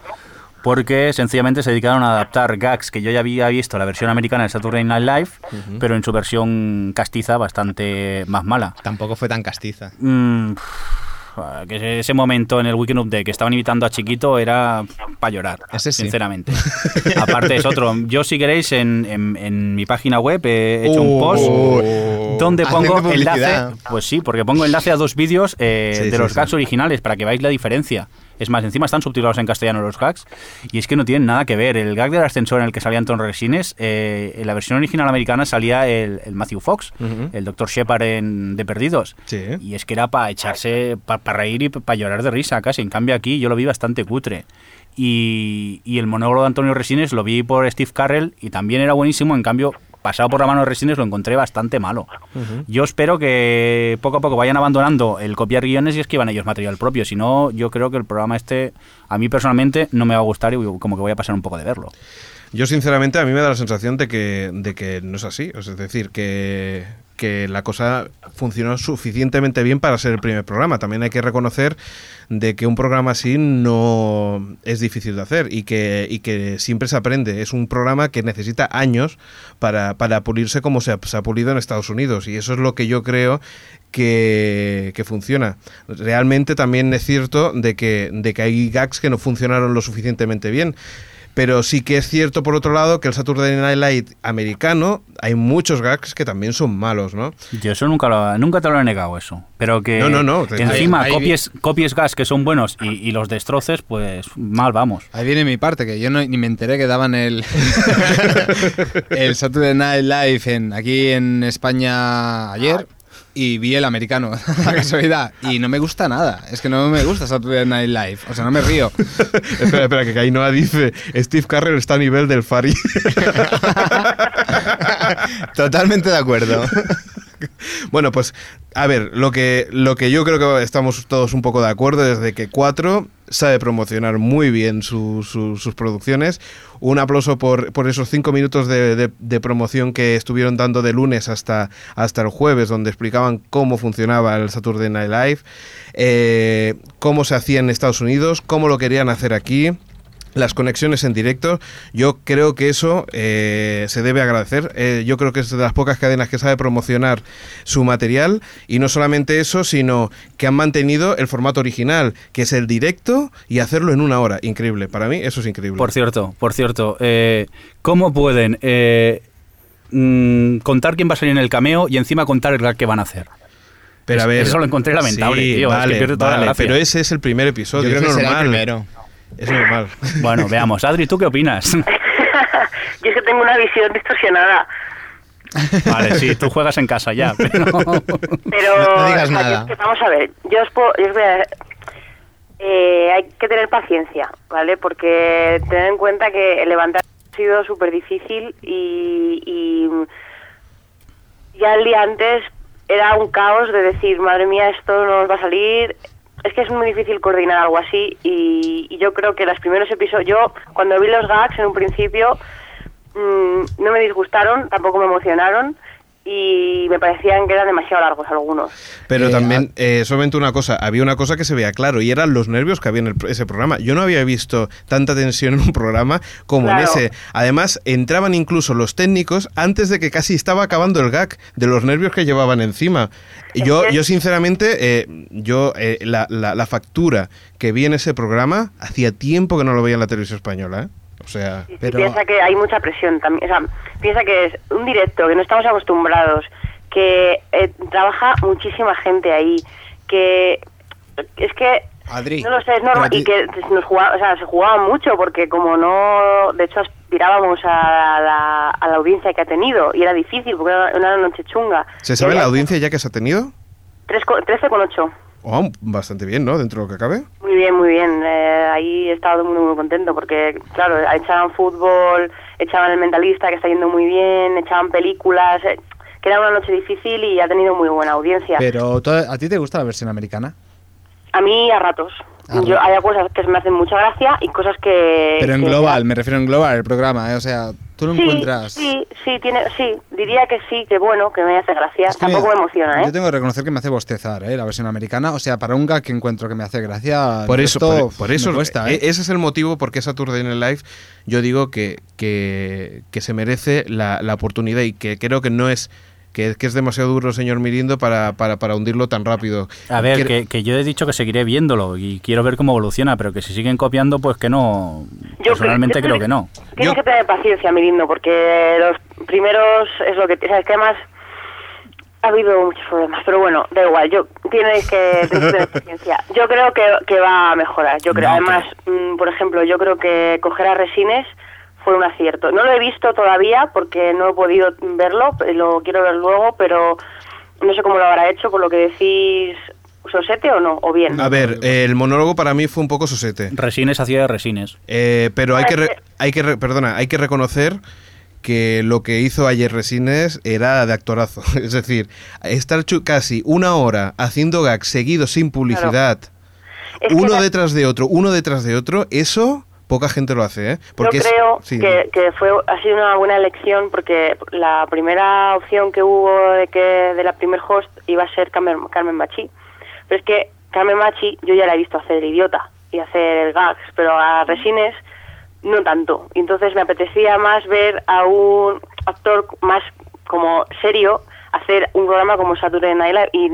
Speaker 5: porque sencillamente se dedicaron a adaptar gags que yo ya había visto la versión americana de Saturday Night Live, pero en su versión castiza bastante más mala.
Speaker 3: tampoco fue tan castiza.
Speaker 5: Mm, pf, que ese momento en el Weekend Update que estaban invitando a Chiquito era para llorar,
Speaker 3: Ese sí.
Speaker 5: sinceramente. Aparte es otro. Yo si queréis en, en- en mi página web he hecho un post
Speaker 3: Oh.
Speaker 5: donde pongo
Speaker 3: Haciendo publicidad.
Speaker 5: enlace. Pues sí, porque pongo enlace a dos vídeos eh,
Speaker 2: Sí,
Speaker 5: de
Speaker 2: sí,
Speaker 5: los
Speaker 2: sí.
Speaker 5: gags originales para que veáis la diferencia. Es más, encima están subtitulados en castellano los gags y es que no tienen nada que ver. El gag del ascensor en el que salía Anton Resines, eh, en la versión original americana salía el, el Matthew Fox,
Speaker 2: Ujú.
Speaker 5: el Dr. Shepard en De Perdidos.
Speaker 2: Sí.
Speaker 5: Y es que era para echarse, para reír y para llorar de risa casi. En cambio aquí yo lo vi bastante cutre. Y, y el monólogo de Antonio Resines lo vi por Steve Carrell y también era buenísimo. En cambio, pasado por la mano de Resines lo encontré bastante malo. Yo espero que poco a poco vayan abandonando el copiar guiones y escriban ellos material propio. Si no, yo creo que el programa este a mí personalmente no me va a gustar y como que voy a pasar un poco de verlo.
Speaker 2: Yo sinceramente a mí me da la sensación de que, de que no es así. O sea, Es decir, que, que la cosa funcionó suficientemente bien para ser el primer programa. También hay que reconocer de que un programa así no es difícil de hacer y que, y que siempre se aprende. Es un programa que necesita años para, para pulirse como se ha, se ha pulido en Estados Unidos. Y eso es lo que yo creo que, que funciona. Realmente también es cierto de que, de que hay gags que no funcionaron lo suficientemente bien. Pero sí que es cierto, por otro lado, que el Saturday Night Live americano hay muchos gags que también son malos, ¿no?
Speaker 5: Yo eso nunca, lo, nunca te lo he negado eso. Pero que
Speaker 2: No, no, no.
Speaker 5: encima
Speaker 6: Ahí- ahí-
Speaker 5: copies, copies gas que son buenos y, y los destroces, pues mal vamos.
Speaker 6: Ahí viene mi parte, que yo no- ni me enteré que daban el, el Saturday Night Live en, aquí en España ayer y vi el americano, la casualidad. Y no me gusta nada, es que no me gusta Saturday Night Live, o sea, no me río.
Speaker 2: espera, espera, que Kainoa dice, Steve Carrell está a nivel del Fari.
Speaker 3: Totalmente de acuerdo.
Speaker 2: Bueno, pues a ver, lo que, lo que yo creo que estamos todos un poco de acuerdo es de que 4 sabe promocionar muy bien su- su- sus producciones. Un aplauso por, por esos cinco minutos de, de- de promoción que estuvieron dando de lunes hasta, hasta el jueves, donde explicaban cómo funcionaba el Saturday Night Live, eh, cómo se hacía en Estados Unidos, cómo lo querían hacer aquí las conexiones en directo, yo creo que eso eh, se debe agradecer. Eh, yo creo que es de las pocas cadenas que sabe promocionar su material y no solamente eso, sino que han mantenido el formato original, que es el directo y hacerlo en una hora. Increíble, para mí eso es increíble.
Speaker 5: Por cierto, por cierto, eh, ¿cómo pueden eh, mm, contar quién va a salir en el cameo y encima contar el gag que van a hacer?
Speaker 2: pero a
Speaker 5: es-
Speaker 2: ver,
Speaker 5: eso lo encontré lamentable,
Speaker 2: sí,
Speaker 5: tío, es que
Speaker 2: Vale,
Speaker 5: pierde toda la
Speaker 2: vale,
Speaker 5: gracia.
Speaker 2: pero ese es el primer
Speaker 3: Yo
Speaker 2: episodio,
Speaker 3: creo
Speaker 2: es
Speaker 3: que será el
Speaker 2: normal.
Speaker 3: primero.
Speaker 2: Es normal.
Speaker 5: Bueno, veamos. Adri, ¿tú qué opinas?
Speaker 4: Yo es que tengo una visión distorsionada.
Speaker 5: Vale, sí, tú juegas en casa ya, pero...
Speaker 4: Pero
Speaker 3: No- no digas
Speaker 4: o sea, yo
Speaker 3: nada.
Speaker 4: es que vamos a ver, yo os, puedo- yo os voy a... eh, hay que tener paciencia, ¿vale? Porque tened en cuenta que el levantar ha sido súper difícil y, y ya el día antes era un caos de decir, madre mía, esto no nos va a salir. Es que es muy difícil coordinar algo así y, y yo creo que los primeros episodios, yo cuando vi los gags en un principio mm, no me disgustaron, tampoco me emocionaron y me parecían que eran demasiado largos algunos.
Speaker 2: Pero
Speaker 3: Eh,
Speaker 2: también, eh, solamente una cosa, había una cosa que se veía claro y eran los nervios que había en el pro- ese programa. Yo no había visto tanta tensión en un programa como en
Speaker 4: Claro.
Speaker 2: ese. Además, entraban incluso los técnicos antes de que casi estaba acabando el gag de los nervios que llevaban encima. Yo, yo sinceramente, eh, yo eh, la, la- la factura que vi en ese programa hacía tiempo que no lo veía en la televisión española. ¿eh? O sea,
Speaker 4: Y si
Speaker 3: Pero-
Speaker 4: piensa que hay mucha presión también. O sea, piensa que es un directo que no estamos acostumbrados, que eh, trabaja muchísima gente ahí, que es que
Speaker 6: Adri,
Speaker 4: no lo sé, es normal
Speaker 6: pero a
Speaker 4: y que nos jugaba, o sea, se jugaba mucho porque como no, de hecho aspirábamos a la, a la audiencia que ha tenido y era difícil porque era una noche chunga.
Speaker 2: ¿se
Speaker 4: Y
Speaker 2: sabe la
Speaker 4: había
Speaker 2: audiencia ya que se ha tenido?
Speaker 4: tres co- 13,8.
Speaker 2: Oh, bastante bien, ¿no? Dentro de lo que cabe.
Speaker 4: Muy bien, muy bien. Eh, ahí estaba todo el mundo muy contento porque, claro, echaban fútbol, echaban el mentalista que está yendo muy bien, echaban películas, eh, que era una noche difícil y ha tenido muy buena audiencia.
Speaker 6: Pero ¿tú- ¿a ti te gusta la versión americana?
Speaker 4: A mí a ratos.
Speaker 6: A
Speaker 4: Yo,
Speaker 6: ratos.
Speaker 4: hay cosas que me hacen mucha gracia y cosas que...
Speaker 6: Ah, Pero en
Speaker 4: que-
Speaker 6: global, me refiero en global, el programa, ¿eh? o sea, tú no
Speaker 4: Sí,
Speaker 6: encuentras...
Speaker 4: sí, sí, tiene, sí, diría que sí, que bueno, que me hace gracia.
Speaker 6: Es que
Speaker 4: Tampoco me
Speaker 6: mira,
Speaker 4: emociona, ¿eh?
Speaker 6: Yo tengo que reconocer que me hace bostezar, ¿eh? La versión americana. O sea, para un gag que encuentro que me hace gracia.
Speaker 2: Por
Speaker 6: el
Speaker 2: eso,
Speaker 6: resto,
Speaker 2: por, por
Speaker 6: me
Speaker 2: eso
Speaker 6: cuesta, ¿eh?
Speaker 2: e- ese es el motivo por qué Saturday Night Live yo digo que, que, que se merece la, la oportunidad y que creo que no es que, que es demasiado duro señor Mirindo para, para, para hundirlo tan rápido.
Speaker 5: A ver,
Speaker 2: Cre-
Speaker 5: que, que yo he dicho que seguiré viéndolo y quiero ver cómo evoluciona, pero que si siguen copiando, pues que no...
Speaker 4: Yo
Speaker 5: Personalmente
Speaker 4: creo-
Speaker 5: creo que no.
Speaker 4: Tienes
Speaker 2: Yo-
Speaker 4: que tener paciencia, mi lindo, porque los primeros es lo que... ¿Sabes que además ha habido muchos problemas, pero bueno, da igual, yo tienes que tienes que tener paciencia. Yo creo que, que va a mejorar, yo creo.
Speaker 5: No,
Speaker 4: además, mm, por ejemplo, yo creo que coger a Resines fue un acierto. No lo he visto todavía porque no he podido verlo, pero lo quiero ver luego, pero no sé cómo lo habrá hecho, por lo que decís, ¿sosete o no? ¿O bien?
Speaker 2: a ver, eh, el monólogo para mí fue un poco sosete.
Speaker 5: Resines hacía de resines.
Speaker 2: Eh, pero hay
Speaker 4: Ah,
Speaker 2: que,
Speaker 4: es
Speaker 2: re-
Speaker 4: que-
Speaker 2: hay que re- perdona, hay que reconocer que lo que hizo ayer Resines era de actorazo. Es decir, estar chu- casi una hora haciendo gags seguidos sin publicidad.
Speaker 4: Es que
Speaker 2: uno
Speaker 4: la-
Speaker 2: detrás de otro, uno detrás de otro, eso poca gente lo hace, ¿eh?
Speaker 4: Yo
Speaker 2: es-
Speaker 4: creo
Speaker 2: sí.
Speaker 4: que, que fue ha sido una buena elección porque la primera opción que hubo de que de la primer host iba a ser Carmen, Carmen Machi. Pero es que Carmen Machi yo ya la he visto hacer el idiota y hacer el gags, pero a Resines no tanto. Y Entonces me apetecía más ver a un actor más como serio hacer un programa como Saturday Night Live y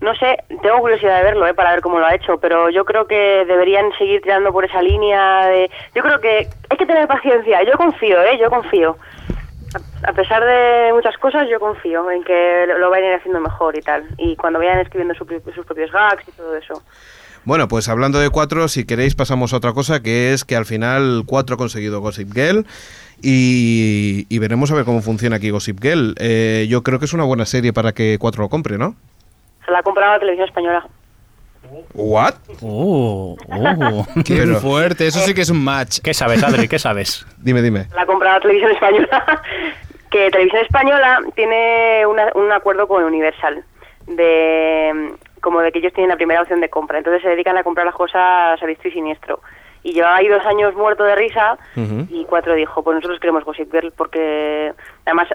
Speaker 4: no sé, tengo curiosidad de verlo, ¿eh? para ver cómo lo ha hecho, pero yo creo que deberían seguir tirando por esa línea. De... Yo creo que hay que tener paciencia. Yo confío, ¿eh? yo confío. A- A pesar de muchas cosas, yo confío en que lo- lo vayan haciendo mejor y tal. Y cuando vayan escribiendo su pri- sus propios gags y todo eso.
Speaker 2: Bueno, pues hablando de cuatro, si queréis pasamos a otra cosa, que es que al final cuatro ha conseguido Gossip Girl y, y veremos a ver cómo funciona aquí Gossip Girl. Eh, yo creo que es una buena serie para que cuatro lo compre, ¿no?
Speaker 4: Se la ha comprado la televisión española.
Speaker 2: ¿What?
Speaker 5: Oh, oh.
Speaker 6: Qué
Speaker 2: Pero-
Speaker 6: fuerte, eso sí que es un match.
Speaker 5: ¿Qué sabes, Adri? ¿Qué sabes?
Speaker 2: Dime, dime.
Speaker 4: Se la ha comprado la televisión española. que Televisión Española tiene una- un acuerdo con Universal de mm, como de que ellos tienen la primera opción de compra, entonces se dedican a comprar las cosas a visto y siniestro. Y llevaba ahí dos años muerto de risa
Speaker 2: Ujú.
Speaker 4: y cuatro dijo, pues nosotros queremos Gossip Girl porque además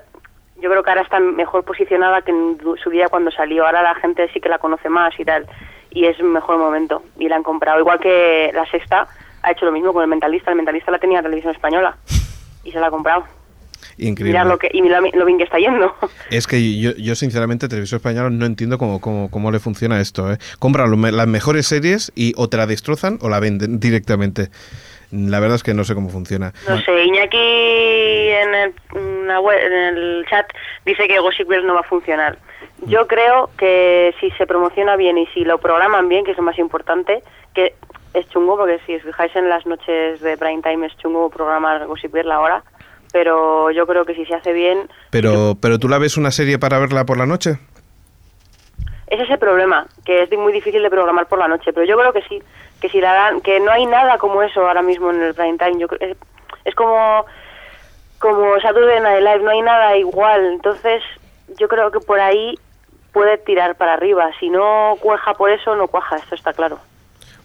Speaker 4: yo creo que ahora está mejor posicionada que en du- su día cuando salió, ahora la gente sí que la conoce más y tal, y es un mejor momento y la han comprado. Igual que la sexta ha hecho lo mismo con el mentalista, el mentalista la tenía la televisión española y se la ha comprado.
Speaker 2: Increíble.
Speaker 4: Mirad lo que, y mirad lo bien que está yendo.
Speaker 2: Es que yo, yo sinceramente, Televisión Española no entiendo cómo, cómo, cómo le funciona esto. ¿eh? Compran lo me- las mejores series y o te la destrozan o la venden directamente. La verdad es que no sé cómo funciona.
Speaker 4: No sé, Iñaki en el, en la web- en el chat dice que Gossip Girl no va a funcionar. Yo creo que si se promociona bien y si lo programan bien, que es lo más importante, que es chungo, porque si os fijáis en las noches de prime time es chungo programar Gossip Girl ahora, pero yo creo que si se hace bien,
Speaker 2: Pero, pero tú la ves una serie para verla por la noche.
Speaker 4: es ese problema, que es di- muy difícil de programar por la noche, pero yo creo que sí, que si la dan, que no hay nada como eso ahora mismo en el prime time, yo cre- es, es como como Saturday Night Live, no hay nada igual, entonces yo creo que por ahí puede tirar para arriba, si no cuaja por eso, no cuaja, esto está claro.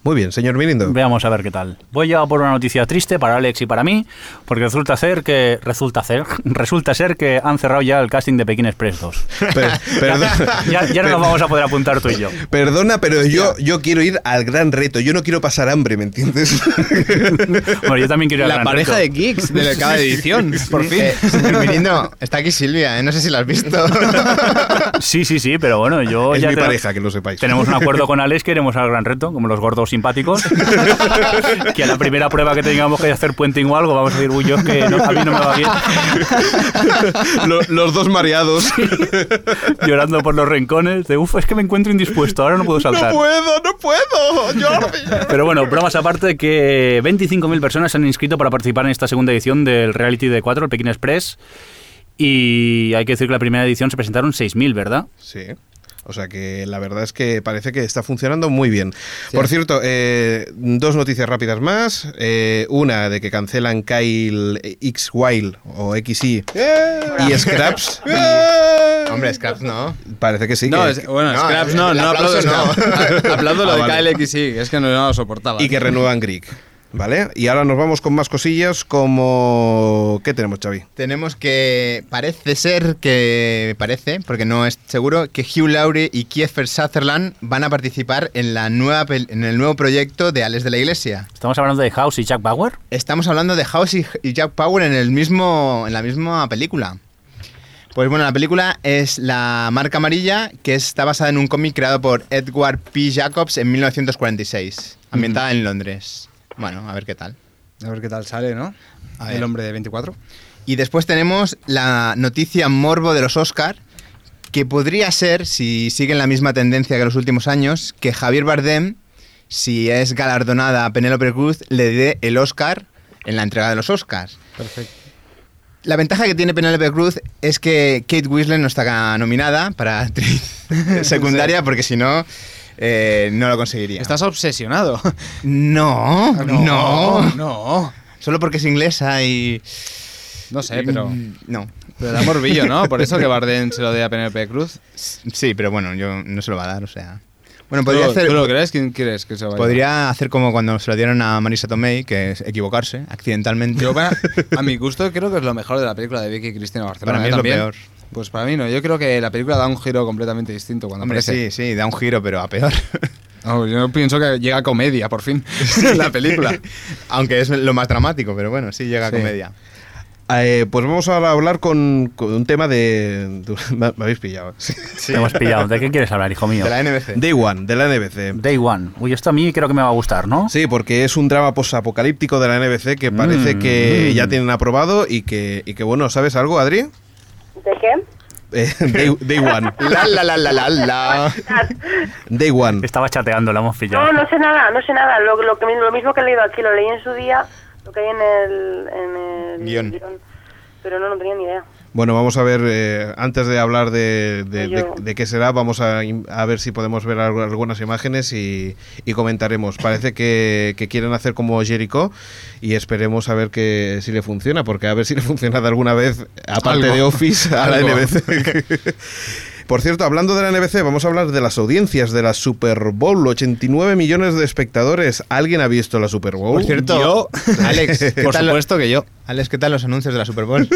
Speaker 2: Muy bien, señor Mirindo.
Speaker 5: Veamos a ver qué tal. Voy a por una noticia triste para Alex y para mí, porque resulta ser que resulta ser resulta ser que han cerrado ya el casting de Pekín Express 2.
Speaker 2: Per- perdón.
Speaker 5: Ya, ya no nos vamos a poder apuntar tú y yo.
Speaker 2: Perdona, pero yo, yo quiero ir al gran reto. Yo no quiero pasar hambre, ¿me entiendes?
Speaker 5: Bueno, yo también quiero ir al
Speaker 6: La
Speaker 5: Gran
Speaker 6: pareja de
Speaker 5: Reto.
Speaker 6: geeks de cada edición, por fin.
Speaker 3: Eh, señor Mirindo, está aquí Silvia, ¿eh? no sé si la has visto.
Speaker 5: Sí, sí, sí, pero bueno, yo
Speaker 2: es
Speaker 5: ya
Speaker 2: mi
Speaker 5: te-
Speaker 2: pareja, que lo sepáis.
Speaker 5: Tenemos un acuerdo con Alex que iremos al gran reto, como los gordos simpáticos. que a la primera prueba que tengamos que hacer puenting o algo, vamos a decir, uy, yo es que no, a mí no me va bien.
Speaker 2: Lo- los dos mareados.
Speaker 5: Llorando por los rincones, de uff, es que me encuentro indispuesto, ahora no puedo saltar.
Speaker 2: puedo, no puedo, Jordi.
Speaker 5: Pero bueno, bromas aparte, que 25.000 personas se han inscrito para participar en esta segunda edición del Reality de 4, el Pekín Express. Y hay que decir que la primera edición se presentaron 6.000, ¿verdad?
Speaker 2: Sí. O sea que la verdad es que parece que está funcionando muy bien. Por cierto, eh, dos noticias rápidas más. Eh, una de que cancelan Kyle X Wild o XY
Speaker 6: ¡Eh!
Speaker 2: y Scraps.
Speaker 3: Hombre, Scraps no.
Speaker 2: Parece que sí.
Speaker 6: No,
Speaker 2: que-
Speaker 6: es- bueno,
Speaker 3: no,
Speaker 6: Scraps
Speaker 3: el-
Speaker 6: no,
Speaker 3: el
Speaker 6: no aplaudo,
Speaker 3: aplauso
Speaker 6: no. Aplaudo lo
Speaker 2: Ah,
Speaker 6: de
Speaker 2: vale.
Speaker 6: KLX, sí, es que no lo soportaba.
Speaker 2: y que renuevan Greek. ¿Vale? Y ahora nos vamos con más cosillas como... ¿Qué tenemos, Xavi?
Speaker 3: Tenemos que. Parece ser que. Parece, porque no es seguro, que Hugh Laurie y Kiefer Sutherland van a participar en, la nueva, pel- en el nuevo proyecto de Alex de la Iglesia.
Speaker 5: Estamos hablando de House y Jack Bauer.
Speaker 3: Estamos hablando de House y, y Jack Power en, el mismo, en la misma película. Pues bueno, la película es La Marca Amarilla, que está basada en un cómic creado por Edward P. Jacobs en 1946, ambientada en Londres. Bueno, a ver qué tal.
Speaker 6: A ver qué tal sale, ¿no?
Speaker 3: A ver.
Speaker 6: el hombre de 24.
Speaker 3: Y después tenemos la noticia morbo de los Oscar, que podría ser, si siguen la misma tendencia que los últimos años, que Javier Bardem, si es galardonada a Penélope Cruz, le dé el Oscar en la entrega de los Oscars.
Speaker 6: Perfecto.
Speaker 3: La ventaja que tiene Penélope Cruz es que Kate Winslet no está nominada para actriz secundaria, porque si no, eh, no lo conseguiría.
Speaker 6: Estás obsesionado.
Speaker 3: No, no,
Speaker 6: No, no.
Speaker 3: Solo porque es inglesa y... Mm,
Speaker 6: No sé, pero.
Speaker 3: No.
Speaker 6: Pero da morbillo, ¿no? Por eso que Bardem se lo dé a Penelope Cruz.
Speaker 3: Sí, pero bueno, yo no se lo va a dar, o sea. Bueno,
Speaker 6: ¿Tú,
Speaker 3: podría hacer.
Speaker 6: ¿Tú lo crees? ¿Quién crees que se vaya?
Speaker 3: Podría hacer como cuando se lo dieron a Marisa Tomei, que es equivocarse accidentalmente.
Speaker 6: Yo, para- a mi gusto, creo que es lo mejor de la película de Vicky y Cristina Barcelona.
Speaker 3: Para mí
Speaker 6: ¿eh?
Speaker 3: es lo
Speaker 6: También.
Speaker 3: peor.
Speaker 6: Pues para mí no. Yo creo que la película da un giro completamente distinto cuando
Speaker 3: Hombre,
Speaker 6: aparece.
Speaker 3: sí, sí, da un giro, pero a peor.
Speaker 6: No, yo pienso que llega comedia, por fin, la película.
Speaker 3: Aunque es lo más dramático, pero bueno, sí llega a
Speaker 6: Sí.
Speaker 3: comedia.
Speaker 2: Eh, pues vamos ahora a hablar con, con un tema de... de- me habéis pillado.
Speaker 5: Te hemos pillado. ¿De qué quieres hablar, hijo mío?
Speaker 3: De la NBC.
Speaker 2: Day One, de la NBC.
Speaker 5: Day One. Uy, esto a mí creo que me va a gustar, ¿no?
Speaker 2: Sí, porque es un drama posapocalíptico de la NBC que parece
Speaker 5: Mm,
Speaker 2: que
Speaker 5: mm.
Speaker 2: ya tienen aprobado y que, y que, bueno, ¿sabes algo, Adri?
Speaker 4: ¿De qué?
Speaker 2: Eh, day, Day One.
Speaker 3: La la la la la la.
Speaker 2: Day One.
Speaker 5: Estaba chateando, la hemos pillado.
Speaker 4: No, no sé nada, no sé nada. Lo, lo, que, lo mismo que he leído aquí, lo leí en su día, lo que hay en el, en el
Speaker 3: Guión.
Speaker 4: pero no, no tenía ni idea.
Speaker 2: Bueno, vamos a ver, eh, antes de hablar de, de- de- de qué será, vamos a, im- a ver si podemos ver algo- algunas imágenes y, y comentaremos. Parece que, que quieren hacer como Jericho y esperemos a ver que, si le funciona, porque a ver si le funciona de alguna vez, aparte
Speaker 6: Algo.
Speaker 2: de Office, a la
Speaker 6: Algo.
Speaker 2: NBC. Por cierto, hablando de la NBC, vamos a hablar de las audiencias de la Super Bowl. 89 millones de espectadores. ¿Alguien ha visto la Super Bowl?
Speaker 3: Por cierto, Alex, ¿qué
Speaker 6: Por
Speaker 3: tal lo-
Speaker 6: supuesto que yo.
Speaker 3: Alex, ¿qué tal los anuncios de la Super Bowl?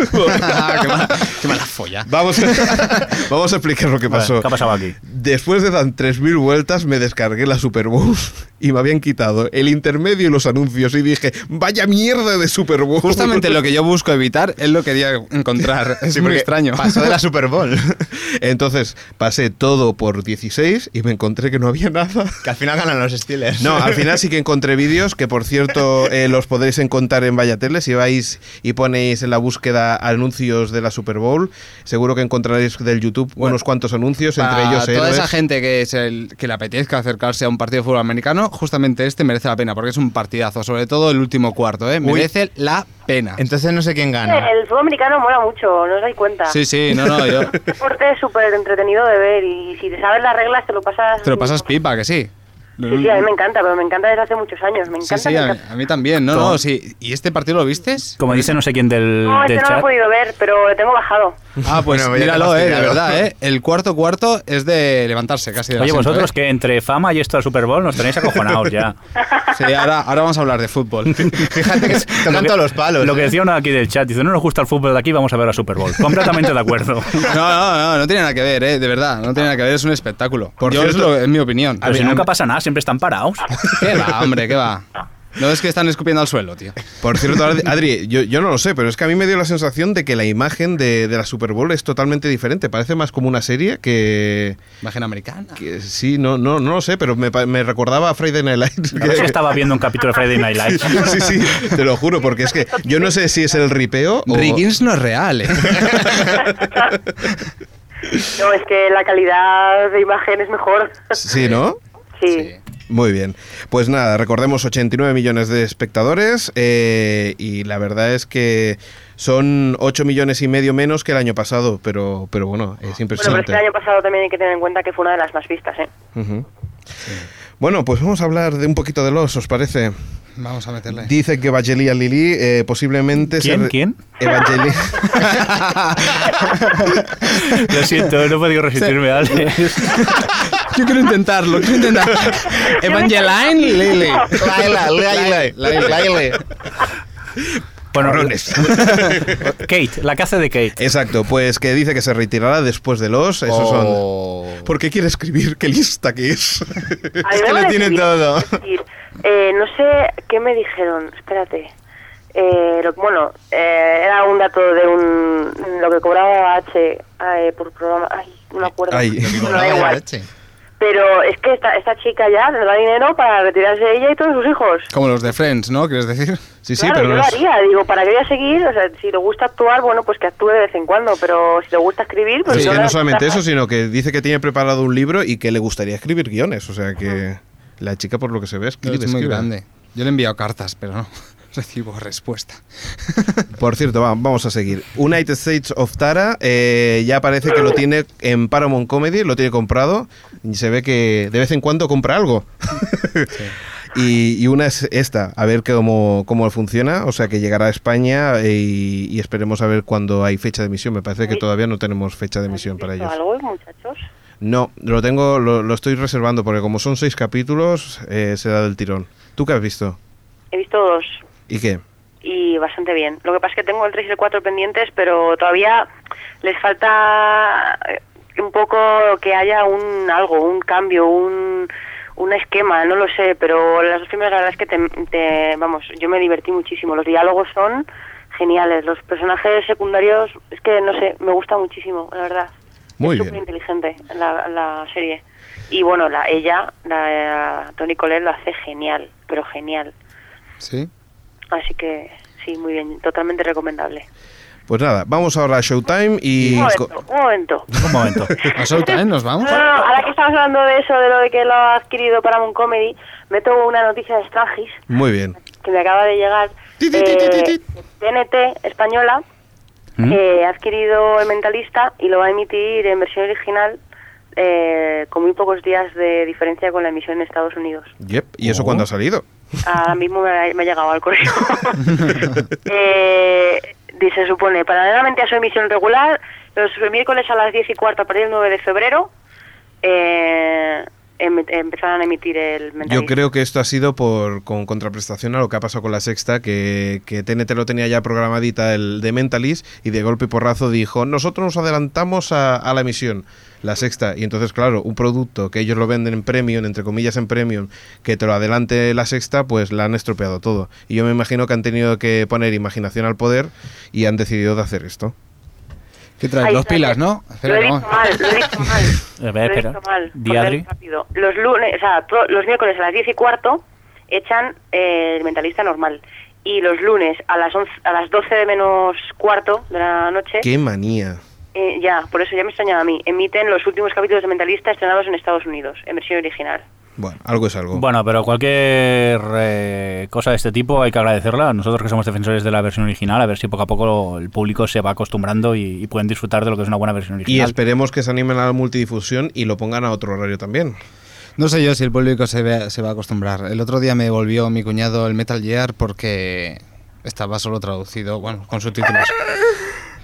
Speaker 3: Ah,
Speaker 6: qué, mala, qué mala folla.
Speaker 2: Vamos a, vamos a explicar lo que pasó.
Speaker 5: ¿Qué ha pasado aquí?
Speaker 2: Después de dar 3.000 vueltas me descargué la Super Bowl y me habían quitado el intermedio y los anuncios y dije, vaya mierda de Super Bowl.
Speaker 6: Justamente lo que yo busco evitar es lo que quería encontrar. Es
Speaker 2: Sí,
Speaker 6: muy
Speaker 2: porque
Speaker 6: extraño.
Speaker 3: Pasó de la Super Bowl.
Speaker 2: Entonces pasé todo por 16 y me encontré que no había nada.
Speaker 3: Que al final ganan los Steelers.
Speaker 2: No, al final sí que encontré vídeos que, por cierto, eh, los podréis encontrar en Vallatele. Si vais y ponéis en la búsqueda anuncios de la Super Bowl, seguro que encontraréis del YouTube unos cuantos anuncios, entre
Speaker 6: Para
Speaker 2: ellos
Speaker 3: ¿eh?
Speaker 6: toda
Speaker 2: héroes.
Speaker 6: esa gente que, es el- que le apetezca acercarse a un partido de fútbol americano, justamente este merece la pena, porque es un partidazo, sobre todo el último cuarto, ¿eh? Merece la pena.
Speaker 3: Entonces Ah, no sé quién gana.
Speaker 4: El fútbol americano mola mucho, no os dais cuenta.
Speaker 6: Sí, sí, no, no, yo...
Speaker 4: Es un deporte súper entretenido de ver y si te sabes las reglas te lo pasas...
Speaker 6: Te lo pasas pipa, que sí.
Speaker 4: Sí, sí, a mí me encanta, pero me encanta desde hace muchos años. Me
Speaker 6: Sí,
Speaker 4: encanta.
Speaker 6: sí,
Speaker 4: me
Speaker 6: a,
Speaker 4: encanta.
Speaker 6: a mí también, no,
Speaker 5: Todo.
Speaker 6: no, sí. ¿Y este partido lo vistes?
Speaker 5: Como dice no sé quién del,
Speaker 4: No, este
Speaker 5: eh, del
Speaker 4: no lo he
Speaker 5: chat.
Speaker 4: podido ver, pero lo tengo bajado.
Speaker 6: Ah, pues
Speaker 3: Bueno, ya te
Speaker 6: míralo,
Speaker 3: has
Speaker 6: eh, de
Speaker 3: tirado.
Speaker 6: verdad, eh. El cuarto cuarto es de levantarse casi de
Speaker 5: Oye,
Speaker 6: asiento,
Speaker 5: vosotros
Speaker 6: eh.
Speaker 5: que entre fama y esto del Super Bowl nos tenéis acojonados ya.
Speaker 6: Sí, ahora, ahora vamos a hablar de fútbol.
Speaker 3: Fíjate que tocan todos los palos.
Speaker 5: Lo que
Speaker 3: ¿eh?
Speaker 5: decía uno aquí del chat, dice, no nos gusta el fútbol de aquí, vamos a ver la Super Bowl. Completamente de acuerdo.
Speaker 6: No, no, no, no tiene nada que ver, eh, de verdad, no tiene nada que ver, es un espectáculo.
Speaker 2: Por
Speaker 6: Yo
Speaker 2: cierto-
Speaker 6: es, lo- es mi opinión. Pues
Speaker 5: Pero si nunca pasa nada, siempre están parados.
Speaker 6: ¿Qué va, hombre, qué va? No es que están escupiendo al suelo, tío.
Speaker 2: Por cierto, Adri- Adri, yo, yo no lo sé, pero es que a mí me dio la sensación de que la imagen de, de la Super Bowl es totalmente diferente. Parece más como una serie que.
Speaker 6: Imagen americana.
Speaker 2: que sí, no, no, no lo sé, pero me, pa- me recordaba a Friday Night Lights.
Speaker 5: La verdad es que estaba viendo un capítulo de Friday Night Live.
Speaker 2: sí, sí, te lo juro, porque es que yo no sé si es el ripeo o.
Speaker 6: Riggins no es real, eh.
Speaker 4: No, es que la calidad de imagen es mejor.
Speaker 2: Sí, ¿no?
Speaker 4: Sí.
Speaker 2: Muy bien. Pues nada, recordemos 89 millones de espectadores eh, y la verdad es que son 8 millones y medio menos que el año pasado, pero, pero bueno, es
Speaker 4: Bueno, pero es
Speaker 2: impresionante.
Speaker 4: que el año pasado también hay que tener en cuenta que fue una de las más vistas, ¿eh?
Speaker 2: Ujú. Bueno, pues vamos a hablar de un poquito de los, ¿os parece?
Speaker 6: Vamos a meterle.
Speaker 2: Dice que Evangelia Lili eh, posiblemente... se
Speaker 5: ¿Quién?
Speaker 2: re-
Speaker 5: ¿Quién?
Speaker 2: Evangelia-
Speaker 5: Lo siento, no he podido resistirme, Alex.
Speaker 6: Yo quiero intentarlo, quiero intentarlo. Evangeline Lily.
Speaker 3: Laila, Laila,
Speaker 6: Laila.
Speaker 3: Laila.
Speaker 5: Bueno, Kate, la caza de Kate.
Speaker 2: Exacto, pues que dice que se retirará después de los... Esos
Speaker 6: Oh.
Speaker 2: son... ¿Por qué quiere escribir? ¡Qué lista que es!
Speaker 4: A mí
Speaker 3: Es que
Speaker 4: me
Speaker 3: lo
Speaker 4: parece
Speaker 3: tiene
Speaker 4: bien,
Speaker 3: todo.
Speaker 4: es decir, eh, no sé qué me dijeron, espérate. Eh, lo- bueno, eh, era un dato de un lo que cobraba H eh, por programa. Ay, no me acuerdo.
Speaker 2: Ay.
Speaker 4: Bueno, da
Speaker 3: E.
Speaker 4: igual. Pero es que esta, esta chica ya le da dinero para retirarse ella y todos sus hijos.
Speaker 6: Como los de Friends, ¿no? ¿Quieres decir?
Speaker 2: Sí, sí,
Speaker 4: claro,
Speaker 2: pero
Speaker 4: yo lo
Speaker 2: los-
Speaker 4: haría, digo, ¿para qué voy a seguir? O sea, si le gusta actuar, bueno, pues que actúe de vez en cuando, pero si le gusta escribir, pues
Speaker 2: Pero es que
Speaker 4: le
Speaker 2: no
Speaker 4: das
Speaker 2: solamente
Speaker 4: ventaja.
Speaker 2: eso, sino que dice que tiene preparado un libro y que le gustaría escribir guiones. O sea que la chica, por lo que se ve, escribe,
Speaker 6: es muy
Speaker 2: escribe.
Speaker 6: grande. Yo le he enviado cartas, pero no recibo respuesta.
Speaker 2: Por cierto, va- vamos a seguir. United States of Tara eh, ya parece que lo tiene en Paramount Comedy, lo tiene comprado y se ve que de vez en cuando compra algo. Y, y una es esta, a ver cómo, cómo funciona, o sea que llegará a España eh, y, y esperemos a ver cuándo hay fecha de emisión. Me parece que todavía no tenemos fecha de emisión para
Speaker 4: ¿Habéis
Speaker 2: ellos.
Speaker 4: visto algo, muchachos?
Speaker 2: No, lo tengo, lo, lo estoy reservando porque como son seis capítulos, eh, se da del tirón. ¿Tú qué has visto?
Speaker 4: He visto dos.
Speaker 2: ¿Y qué?
Speaker 4: y bastante bien. Lo que pasa es que tengo el 3 y el 4 pendientes, pero todavía les falta eh, un poco que haya un algo, un cambio, un, un esquema, no lo sé, pero las dos primeras la verdad es que te, te- vamos, yo me divertí muchísimo. Los diálogos son geniales, los personajes secundarios, es que no sé, me gusta muchísimo, la verdad.
Speaker 2: Muy
Speaker 4: es
Speaker 2: bien.
Speaker 4: inteligente la, la serie. Y bueno, la ella, la, Tony Colette, lo hace genial, pero genial.
Speaker 6: Sí.
Speaker 4: Así que sí, muy bien, totalmente recomendable.
Speaker 2: Pues nada, vamos ahora a Showtime y...
Speaker 4: un
Speaker 2: co-
Speaker 4: momento, un momento.
Speaker 5: Un momento.
Speaker 6: ¿A Showtime nos vamos?
Speaker 4: No, no, no, ahora que estamos hablando de eso, de lo de que lo ha adquirido Paramount Comedy, me tomo una noticia de Strangis
Speaker 2: Muy bien.
Speaker 4: que me acaba de llegar.
Speaker 2: Ti, ti, ti, ti, ti,
Speaker 4: eh, TNT española
Speaker 5: ¿Mm?
Speaker 4: Eh, ha adquirido El Mentalista y lo va a emitir en versión original eh, con muy pocos días de diferencia con la emisión en Estados Unidos.
Speaker 2: Yep. ¿Y eso
Speaker 5: Oh.
Speaker 2: cuándo ha salido?
Speaker 4: Ahora mismo me ha, me ha llegado al correo. eh, y se supone, paralelamente a su emisión regular, los miércoles a las 10 y cuarto a partir del 9 de febrero, eh, em- empezarán a emitir el mentalista.
Speaker 2: Yo creo que esto ha sido por con contraprestación a lo que ha pasado con la sexta, que, que TNT lo tenía ya programadita el de Mentalist y de golpe y porrazo dijo, nosotros nos adelantamos a, a la emisión, la sexta. Y entonces, claro, un producto que ellos lo venden en premium, entre comillas en premium, que te lo adelante la sexta, pues la han estropeado todo. Y yo me imagino que han tenido que poner imaginación al poder y han decidido de hacer esto.
Speaker 6: ¿Qué traes?
Speaker 4: Ahí
Speaker 6: Dos
Speaker 4: está,
Speaker 6: pilas,
Speaker 4: que-
Speaker 6: ¿no?
Speaker 4: Lo
Speaker 6: Espera,
Speaker 4: he
Speaker 6: que
Speaker 4: dicho
Speaker 6: vamos.
Speaker 4: mal, lo he dicho mal.
Speaker 5: A ver,
Speaker 4: lo he
Speaker 5: espera.
Speaker 4: dicho mal.
Speaker 5: Di,
Speaker 4: Joder,
Speaker 5: Adri.
Speaker 4: rápido. Los lunes, o sea, to- los miércoles a las 10 y cuarto echan eh, el mentalista normal. Y los lunes a las 11 a las 12 de menos cuarto de la noche,
Speaker 2: ¡Qué manía!
Speaker 4: eh, ya, por eso ya me extrañaba a mí, emiten los últimos capítulos de Mentalista estrenados en Estados Unidos, en versión original.
Speaker 2: Bueno, algo es algo.
Speaker 5: Bueno, pero cualquier eh, cosa de este tipo hay que agradecerla. Nosotros que somos defensores de la versión original, a ver si poco a poco el público se va acostumbrando y, y pueden disfrutar de lo que es una buena versión
Speaker 2: y
Speaker 5: original.
Speaker 2: esperemos que se animen a la multidifusión y lo pongan a otro horario también.
Speaker 6: No sé yo si el público se, ve- se va a acostumbrar. El otro día me volvió mi cuñado el Metal Gear porque estaba solo traducido, bueno, con subtítulos.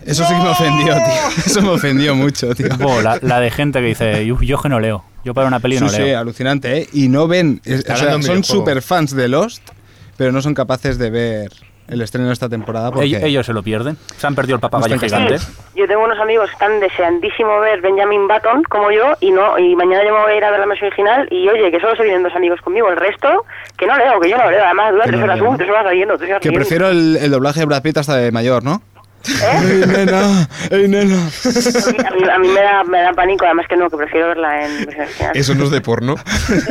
Speaker 6: Eso sí que me ofendió, tío. Eso me ofendió mucho, tío.
Speaker 5: Bo, la, la de gente que dice, yo, yo que no leo, yo para una peli
Speaker 6: Sí,
Speaker 5: no
Speaker 6: sí,
Speaker 5: leo.
Speaker 6: alucinante, ¿eh? Y no ven, es- o sea,
Speaker 3: hablando en
Speaker 6: son
Speaker 3: videojuego.
Speaker 6: super fans de Lost, pero no son capaces de ver el estreno de esta temporada porque...
Speaker 5: Ell- Ellos se lo pierden. Se han perdido el papagayo
Speaker 6: Ostras,
Speaker 5: gigante.
Speaker 4: Yo tengo unos amigos que están deseandísimo ver Benjamin Button como yo y no y mañana yo me voy a ir a ver la versión original y oye que solo se vienen dos amigos conmigo el resto que no leo que yo no leo además dura
Speaker 6: Que
Speaker 4: tres
Speaker 6: no
Speaker 4: horas
Speaker 6: leo,
Speaker 4: uh,
Speaker 6: ¿no?
Speaker 4: tres horas leyendo tres horas
Speaker 6: Que
Speaker 4: leyendo.
Speaker 6: prefiero el, el doblaje de Brad Pitt hasta de mayor, ¿no? ¡Ey, nena! ¡Ey, nena!
Speaker 4: a mí, a mí- a mí me, da, me da pánico además que no que prefiero verla en versión original
Speaker 2: Eso no es de porno.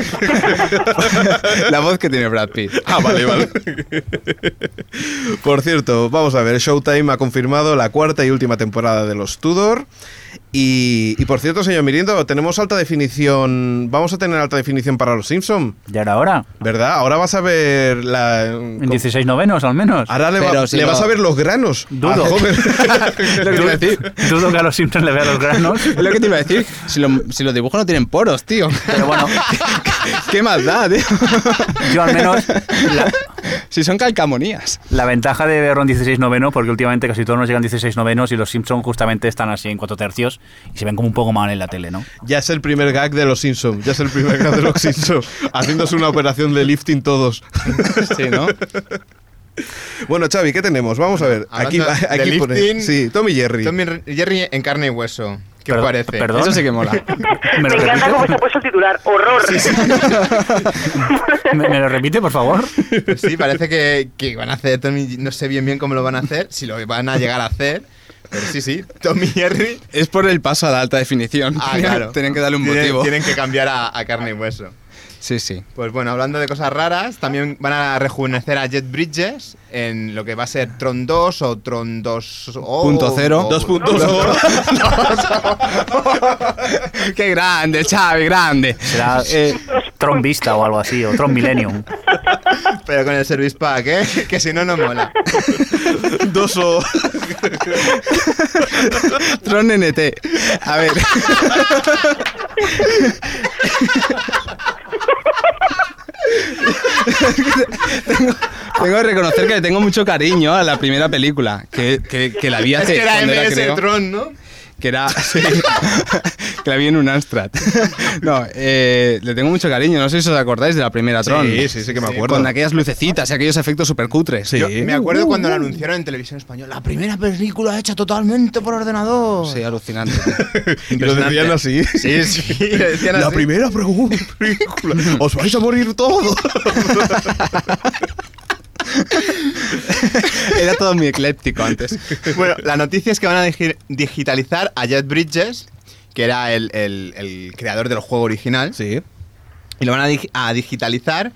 Speaker 6: La voz que tiene Brad Pitt.
Speaker 2: Ah, vale, vale. Por cierto, vamos a ver, Showtime ha confirmado la cuarta y última temporada de los Tudor. Y, y por cierto, señor Mirindo, tenemos alta definición. Vamos a tener alta definición para los Simpson,
Speaker 5: Ya era hora.
Speaker 2: ¿verdad? Ahora vas a ver la.
Speaker 5: En 16 novenos, al menos.
Speaker 2: Ahora le, va-
Speaker 6: Pero si
Speaker 2: le
Speaker 6: no-
Speaker 2: vas a ver los granos. Ah,
Speaker 5: Dudo.
Speaker 2: al joven.
Speaker 6: Lo que te iba a decir.
Speaker 5: Dudo que a los Simpsons le vea los granos.
Speaker 6: Es lo que te iba a decir. Si, lo- si los dibujos no tienen poros, tío.
Speaker 5: Pero bueno,
Speaker 6: ¿Qué más da, tío?
Speaker 5: yo al menos la,
Speaker 6: Si son calcamonías.
Speaker 5: La ventaja de verlo en 16 novenos, porque últimamente casi todos nos llegan 16 novenos y los Simpsons justamente están así en cuatro tercios y se ven como un poco mal en la tele, ¿no?
Speaker 2: ya es el primer gag de los Simpson. Ya es el primer gag de los Simpson. Haciéndose una operación de lifting todos.
Speaker 6: Sí, ¿no?
Speaker 2: Bueno, Xavi, ¿qué tenemos? Vamos a ver.
Speaker 3: Hablando
Speaker 2: Aquí,
Speaker 3: de
Speaker 2: aquí pone-
Speaker 3: lifting-
Speaker 2: Sí, Tommy Jerry.
Speaker 3: Tommy R- Jerry en carne y hueso. ¿Qué os
Speaker 5: Perdón,
Speaker 3: parece?
Speaker 5: perdón.
Speaker 6: Eso sí que mola.
Speaker 5: ¿Me
Speaker 4: me
Speaker 5: lo
Speaker 4: encanta cómo
Speaker 5: repite?
Speaker 4: se ha puesto el titular horror
Speaker 5: ¿Me, me lo repite, por favor?
Speaker 3: Pues Sí, parece que, que van a hacer Tommy, no sé bien bien cómo lo van a hacer, si lo van a llegar a hacer, pero sí, sí, Tommy Jerry.
Speaker 6: Es por el paso a la alta definición.
Speaker 3: Ah,
Speaker 6: Tienen-
Speaker 3: claro.
Speaker 6: Tienen que darle un
Speaker 3: Tienen-
Speaker 6: motivo.
Speaker 3: Tienen que cambiar a, a carne y hueso.
Speaker 6: Sí, sí.
Speaker 3: Pues bueno, hablando de cosas raras, también van a rejuvenecer a Jet Bridges en lo que va a ser Tron 2 o Tron 2 o-
Speaker 6: Punto cero.
Speaker 3: o-
Speaker 6: Dos
Speaker 2: puntos, por favor.
Speaker 6: ¡Qué grande, Xavi, grande!
Speaker 5: Será
Speaker 6: Eh,
Speaker 5: Tron Vista o algo así, o Tron Millennium.
Speaker 3: Pero con el service pack, ¿eh? Que si no, no mola.
Speaker 2: Dos o.
Speaker 6: Tron NT. A ver. tengo, tengo que reconocer que le tengo mucho cariño a la primera película, que, que- que la vi
Speaker 3: Es
Speaker 6: hace
Speaker 3: que era
Speaker 6: cuando era,
Speaker 3: MS
Speaker 6: creo,
Speaker 3: Tron, ¿no?
Speaker 6: que era sí, que la vi en un Amstrad. No, eh, le tengo mucho cariño, no sé si os acordáis de la primera Tron.
Speaker 2: Sí, sí, sí que me acuerdo.
Speaker 6: Con aquellas lucecitas y aquellos efectos súper cutres.
Speaker 2: Sí.
Speaker 3: Yo me acuerdo cuando lo
Speaker 6: Uh,
Speaker 3: anunciaron en televisión española. La primera película hecha totalmente por ordenador.
Speaker 6: Sí, alucinante.
Speaker 2: Y lo decían así.
Speaker 3: Sí, sí, lo decían
Speaker 2: La
Speaker 3: así.
Speaker 2: primera pregu- película. Os vais a morir todos.
Speaker 6: Era todo muy ecléptico antes.
Speaker 3: Bueno, la noticia es que van a digi- digitalizar a Jet Bridges, que era el, el- el creador del juego original,
Speaker 2: Sí.
Speaker 3: y lo van a, dig- a digitalizar,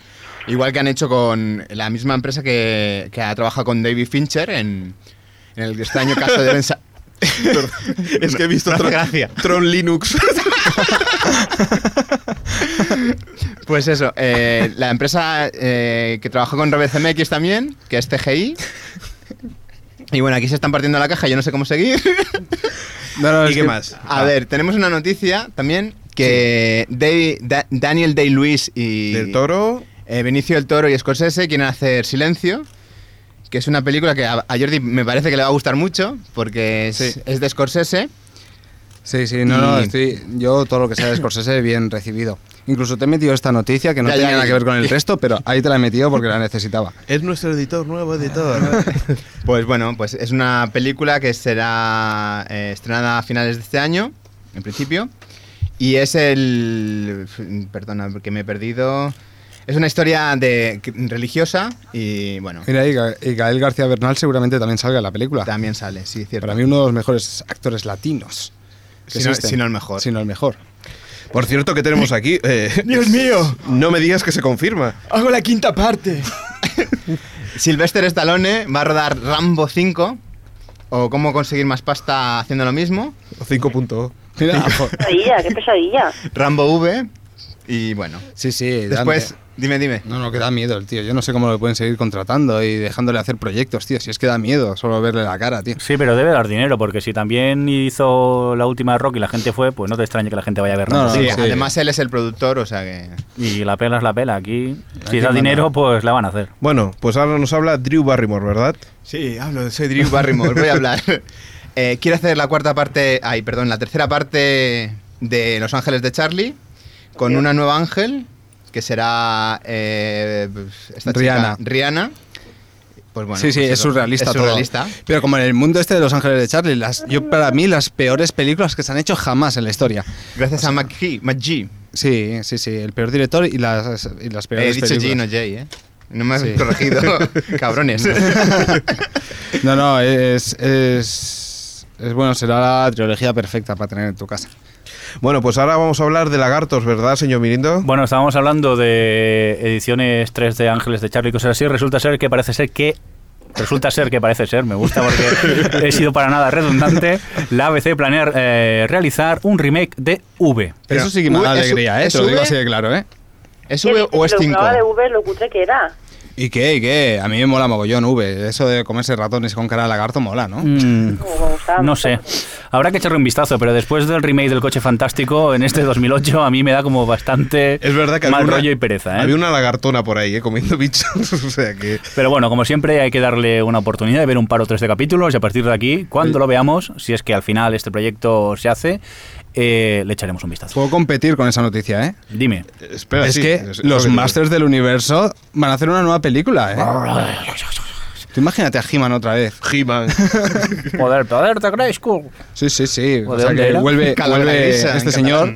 Speaker 3: igual que han hecho con la misma empresa que, que ha trabajado con David Fincher en, en el extraño caso de Ben Sa-
Speaker 2: Es que he visto
Speaker 3: No hace
Speaker 2: Tron,
Speaker 3: gracia.
Speaker 2: Tron Linux.
Speaker 3: Pues eso, eh, la empresa eh, que trabajó con Robert Zemeckis también, que es TGI, Y bueno, aquí se están partiendo la caja, yo no sé cómo seguir.
Speaker 6: No, no,
Speaker 2: ¿Y
Speaker 6: es
Speaker 2: qué
Speaker 6: que-
Speaker 2: más?
Speaker 3: A ver, tenemos una noticia también que Davi- Da- Daniel Day-Lewis y
Speaker 2: Del toro.
Speaker 3: eh, Benicio del Toro y Scorsese quieren hacer Silencio, que es una película que a, a Jordi me parece que le va a gustar mucho porque es,
Speaker 6: Sí.
Speaker 3: es de Scorsese.
Speaker 6: Sí, sí, no,
Speaker 2: Mm.
Speaker 6: no,
Speaker 3: Y-
Speaker 6: estoy, yo todo lo que sea de Scorsese bien recibido. Incluso te he metido esta noticia que no
Speaker 3: Ya, ya,
Speaker 6: tenía nada
Speaker 3: ya.
Speaker 6: que ver con el resto, pero ahí te la he metido porque la necesitaba.
Speaker 2: Es nuestro editor, nuevo editor.
Speaker 3: Pues bueno, pues es una película que será eh, estrenada a finales de este año, en principio. Y es el... Perdona, porque me he perdido. Es una historia de, religiosa y bueno,
Speaker 6: Mira, y, Ga- y Gael García Bernal seguramente también salga en la película.
Speaker 3: también sale, sí, cierto.
Speaker 6: Para mí uno de los mejores actores latinos. que
Speaker 3: Si no-
Speaker 6: existen.
Speaker 3: si no el mejor.
Speaker 6: Si no el mejor.
Speaker 2: Por cierto, que tenemos aquí? Eh,
Speaker 3: ¡Dios mío!
Speaker 2: no me digas que se confirma.
Speaker 3: ¡Hago la quinta parte! Sylvester Stallone va a rodar Rambo 5 o cómo conseguir más pasta haciendo lo mismo.
Speaker 2: O 5.0.
Speaker 6: Mira, jo-
Speaker 4: Qué pesadilla, qué pesadilla.
Speaker 3: Rambo V y bueno.
Speaker 6: sí, sí. dan-
Speaker 3: Después, dime, dime.
Speaker 6: No, no, que da miedo el tío. Yo no sé cómo lo pueden seguir contratando y dejándole hacer proyectos, tío. Si es que da miedo solo verle la cara, tío.
Speaker 5: Sí, pero debe dar dinero, porque si también hizo la última Rock y la gente fue, pues no te extrañe que la gente vaya a ver
Speaker 6: No,
Speaker 5: Rambo
Speaker 6: no,
Speaker 5: cinco.
Speaker 3: Sí,
Speaker 6: Ah, sí.
Speaker 3: además él es el productor, o sea que...
Speaker 5: Y la pela es la pela. Aquí,
Speaker 6: Aquí
Speaker 5: si da
Speaker 6: manda.
Speaker 5: dinero, pues la van a hacer.
Speaker 2: Bueno, pues ahora nos habla Drew Barrymore, ¿verdad?
Speaker 3: Sí, hablo, soy Drew Barrymore, voy a hablar. Eh, quiero hacer la cuarta parte, ay, perdón, la tercera parte de Los Ángeles de Charlie con una nueva ángel que será eh, esta
Speaker 6: Rihanna.
Speaker 3: chica, Rihanna. Pues bueno,
Speaker 6: sí, sí,
Speaker 3: pues
Speaker 6: es
Speaker 3: eso,
Speaker 6: surrealista
Speaker 3: es
Speaker 6: todo.
Speaker 3: surrealista.
Speaker 6: Pero como en el mundo este de Los Ángeles de Charlie, las, yo para mí las peores películas que se han hecho jamás en la historia.
Speaker 3: Gracias a McGee. McGee.
Speaker 6: Sí, sí, sí, el peor director y las, y las
Speaker 3: He
Speaker 6: peores
Speaker 3: dicho G, no
Speaker 6: películas.
Speaker 3: J, ¿eh? No me has
Speaker 6: este Sí.
Speaker 3: corregido, cabrones.
Speaker 6: No, no, es, es, es bueno, será la trilogía perfecta para tener en tu casa.
Speaker 2: Bueno, pues ahora vamos a hablar de lagartos, ¿verdad, señor Mirindo?
Speaker 5: Bueno, estábamos hablando de ediciones 3 de Ángeles de Charlie y cosas así. Resulta ser que parece ser que. Resulta ser que parece ser, me gusta porque he sido para nada redundante. La ABC planea eh, realizar un remake de V.
Speaker 3: Pero,
Speaker 6: Eso sí que me da
Speaker 3: ¿es-
Speaker 6: alegría, ¿eh?
Speaker 3: es
Speaker 6: Te lo digo
Speaker 3: V?
Speaker 6: así de claro, ¿eh?
Speaker 3: ¿Es V o es
Speaker 4: Lo que
Speaker 3: 5?
Speaker 4: hablaba de V, lo cutre que era.
Speaker 6: ¿Y qué? ¿Y qué? A mí me mola mogollón, V. Eso de comerse ratones con cara de lagarto mola, ¿no?
Speaker 5: Mm,
Speaker 4: Como me gustaba
Speaker 5: no
Speaker 4: mucho.
Speaker 5: sé. Habrá que echarle un vistazo, pero después del remake del Coche Fantástico en este 2008 a mí me da como bastante
Speaker 2: Es verdad que
Speaker 5: mal
Speaker 2: había una-
Speaker 5: rollo y pereza. ¿eh?
Speaker 2: Había una lagartona por ahí, ¿eh? Comiendo bichos. o sea que.
Speaker 5: Pero bueno, como siempre hay que darle una oportunidad de ver un par o tres de capítulos y a partir de aquí, cuando lo veamos, si es que al final este proyecto se hace, eh, le echaremos un vistazo.
Speaker 6: Puedo competir con esa noticia, ¿eh?
Speaker 2: Pues-
Speaker 5: Dime.
Speaker 2: Espera,
Speaker 6: es
Speaker 2: sí,
Speaker 6: que
Speaker 2: es- es lo
Speaker 6: los
Speaker 2: que te-
Speaker 6: Masters del Universo van a hacer una nueva película,
Speaker 5: Ah.
Speaker 6: ¿eh? Tú imagínate a He-Man otra vez.
Speaker 2: He-Man.
Speaker 5: Poder, poder de Grey School.
Speaker 6: Sí, sí, sí.
Speaker 5: ¿O
Speaker 6: O
Speaker 5: de
Speaker 6: sea
Speaker 5: dónde
Speaker 6: que
Speaker 5: era?
Speaker 6: vuelve,
Speaker 3: Catalán,
Speaker 6: vuelve
Speaker 3: esa, en
Speaker 6: este
Speaker 3: catalán.
Speaker 6: señor.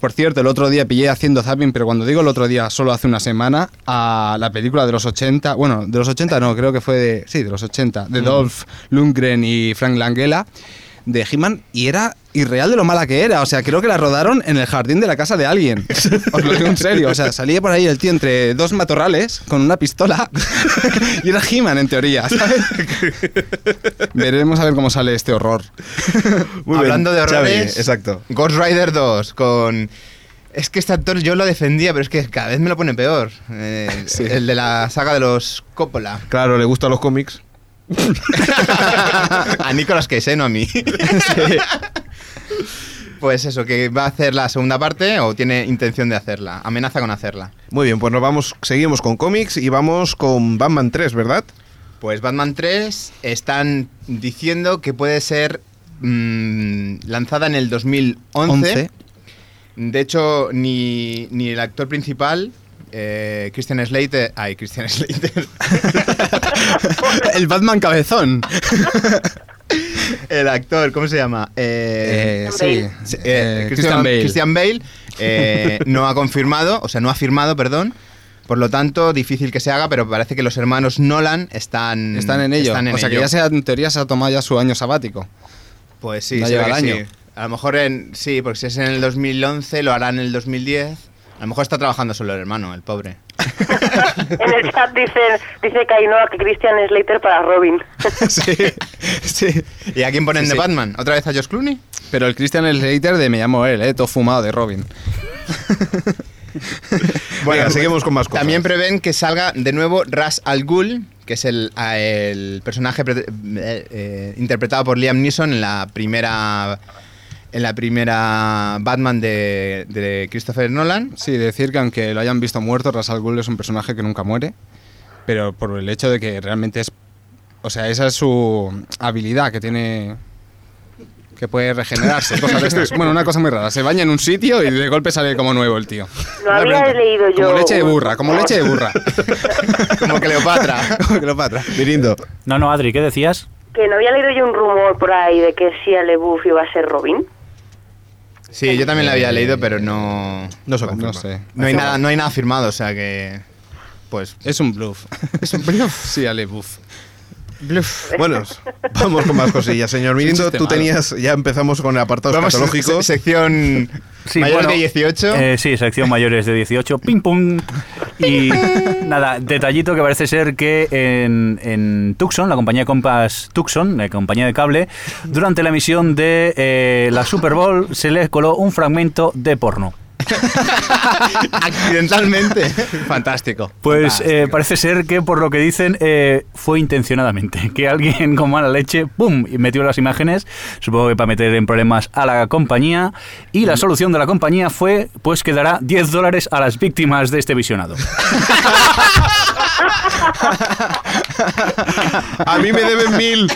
Speaker 6: Por cierto, el otro día pillé haciendo zapping, pero cuando digo el otro día, solo hace una semana, a la película de los 80, bueno, de los 80 no, creo que fue de, sí, de los 80,
Speaker 3: Mm.
Speaker 6: de Dolph Lundgren y Frank Langella, de He-Man, y era irreal de lo mala que era. O sea, creo que la rodaron en el jardín de la casa de alguien. Os lo digo en serio. O sea, salía por ahí el tío entre dos matorrales con una pistola y era He-Man en teoría, ¿sabes? Veremos a ver cómo sale este horror.
Speaker 2: Muy bien,
Speaker 3: Hablando de
Speaker 2: Xavi,
Speaker 3: horrores,
Speaker 2: exacto.
Speaker 3: Ghost Rider 2 con... Es que este actor yo lo defendía, pero es que cada vez me lo pone peor. Eh,
Speaker 6: Sí.
Speaker 3: El de la saga de los Coppola.
Speaker 2: Claro, le gustan los cómics.
Speaker 3: a Nicolas Cage, ¿eh? no a mí. Pues eso, que va a hacer la segunda parte o tiene intención de hacerla. Amenaza con hacerla.
Speaker 2: Muy bien, pues nos vamos, seguimos con cómics y vamos con Batman 3, ¿verdad?
Speaker 3: Pues Batman 3 están diciendo que puede ser mm, lanzada en el 2011.
Speaker 6: Once.
Speaker 3: De hecho, ni, ni el actor principal, eh, Christian Slater. Ay, Christian Slater.
Speaker 6: El Batman cabezón.
Speaker 3: El actor, ¿cómo se llama? Eh,
Speaker 6: sí.
Speaker 4: Bale.
Speaker 3: sí, eh,
Speaker 6: eh,
Speaker 3: Christian, Christian Bale eh, no ha confirmado, o sea, no ha firmado, perdón. Por lo tanto, difícil que se haga, pero parece que los hermanos Nolan están,
Speaker 6: Están en ello.
Speaker 3: están en
Speaker 6: o sea que
Speaker 3: ello.
Speaker 6: ya se ha- en teoría se ha tomado ya su año sabático.
Speaker 3: Pues sí,
Speaker 6: No
Speaker 3: se ve
Speaker 6: llega
Speaker 3: que
Speaker 6: al
Speaker 3: sí.
Speaker 6: año.
Speaker 3: A lo mejor en, sí, porque si es en el 2011, lo hará en el 2010. A lo mejor está trabajando solo el hermano, el pobre.
Speaker 4: En el chat dicen, dice Kainoa que Christian Slater para Robin.
Speaker 6: sí, sí.
Speaker 3: ¿Y a quién ponen
Speaker 6: Sí,
Speaker 3: de
Speaker 6: sí.
Speaker 3: Batman? ¿Otra vez a Josh Clooney?
Speaker 6: Pero el Christian Slater de me llamo él, eh, todo fumado de Robin.
Speaker 2: Bueno, seguimos con más cosas.
Speaker 3: También prevén que salga de nuevo Ras Al Ghul, que es el, a- el personaje pre- eh, eh, interpretado por Liam Neeson en la primera en la primera Batman de, de Christopher Nolan.
Speaker 6: Sí, decir que aunque lo hayan visto muerto, Ras al Ghul es un personaje que nunca muere, pero por el hecho de que realmente es... O sea, esa es su habilidad que tiene... Que puede regenerarse, cosas de estas. Bueno, una cosa muy rara. Se baña en un sitio y de golpe sale como nuevo el tío.
Speaker 4: Lo
Speaker 6: Una
Speaker 4: había
Speaker 6: planta.
Speaker 4: leído yo.
Speaker 6: Como leche de burra, como leche de burra.
Speaker 3: Como Cleopatra.
Speaker 2: Como que lo patra. Mirindo.
Speaker 5: No, no, Adri, ¿qué decías?
Speaker 4: Que no había leído yo un rumor por ahí de que Sia LeBouf iba a ser Robin.
Speaker 3: Sí, yo también la había leído, pero no.
Speaker 2: No se confirma.
Speaker 6: No sé.
Speaker 3: No hay nada, no hay nada firmado, o sea que. Pues.
Speaker 6: Es un bluff. ¿Es un bluff? Sí, Ale, bluff.
Speaker 2: Bueno, vamos con más cosillas, señor Mirindo.
Speaker 6: chiste
Speaker 2: Tú
Speaker 6: malo.
Speaker 2: tenías, ya empezamos con apartados
Speaker 3: pues, se-
Speaker 2: escatológicos.
Speaker 3: sección
Speaker 5: Sí,
Speaker 3: mayor
Speaker 5: bueno,
Speaker 3: de 18.
Speaker 5: eh, sí, sección mayores de 18. Ping pong. Y nada, detallito que parece ser que en, en Tucson, la compañía de compas Tucson, la compañía de cable, durante la emisión de eh, la Super Bowl se les coló un fragmento de porno.
Speaker 3: accidentalmente.
Speaker 6: Fantástico.
Speaker 5: Pues eh, parece ser que por lo que dicen eh, fue intencionadamente, que alguien con mala leche, ¡pum!, y metió las imágenes, supongo que para meter en problemas a la compañía, y
Speaker 6: Mm.
Speaker 5: la solución de la compañía fue, pues que dará 10 dólares a las víctimas de este visionado.
Speaker 2: A mí me deben mil.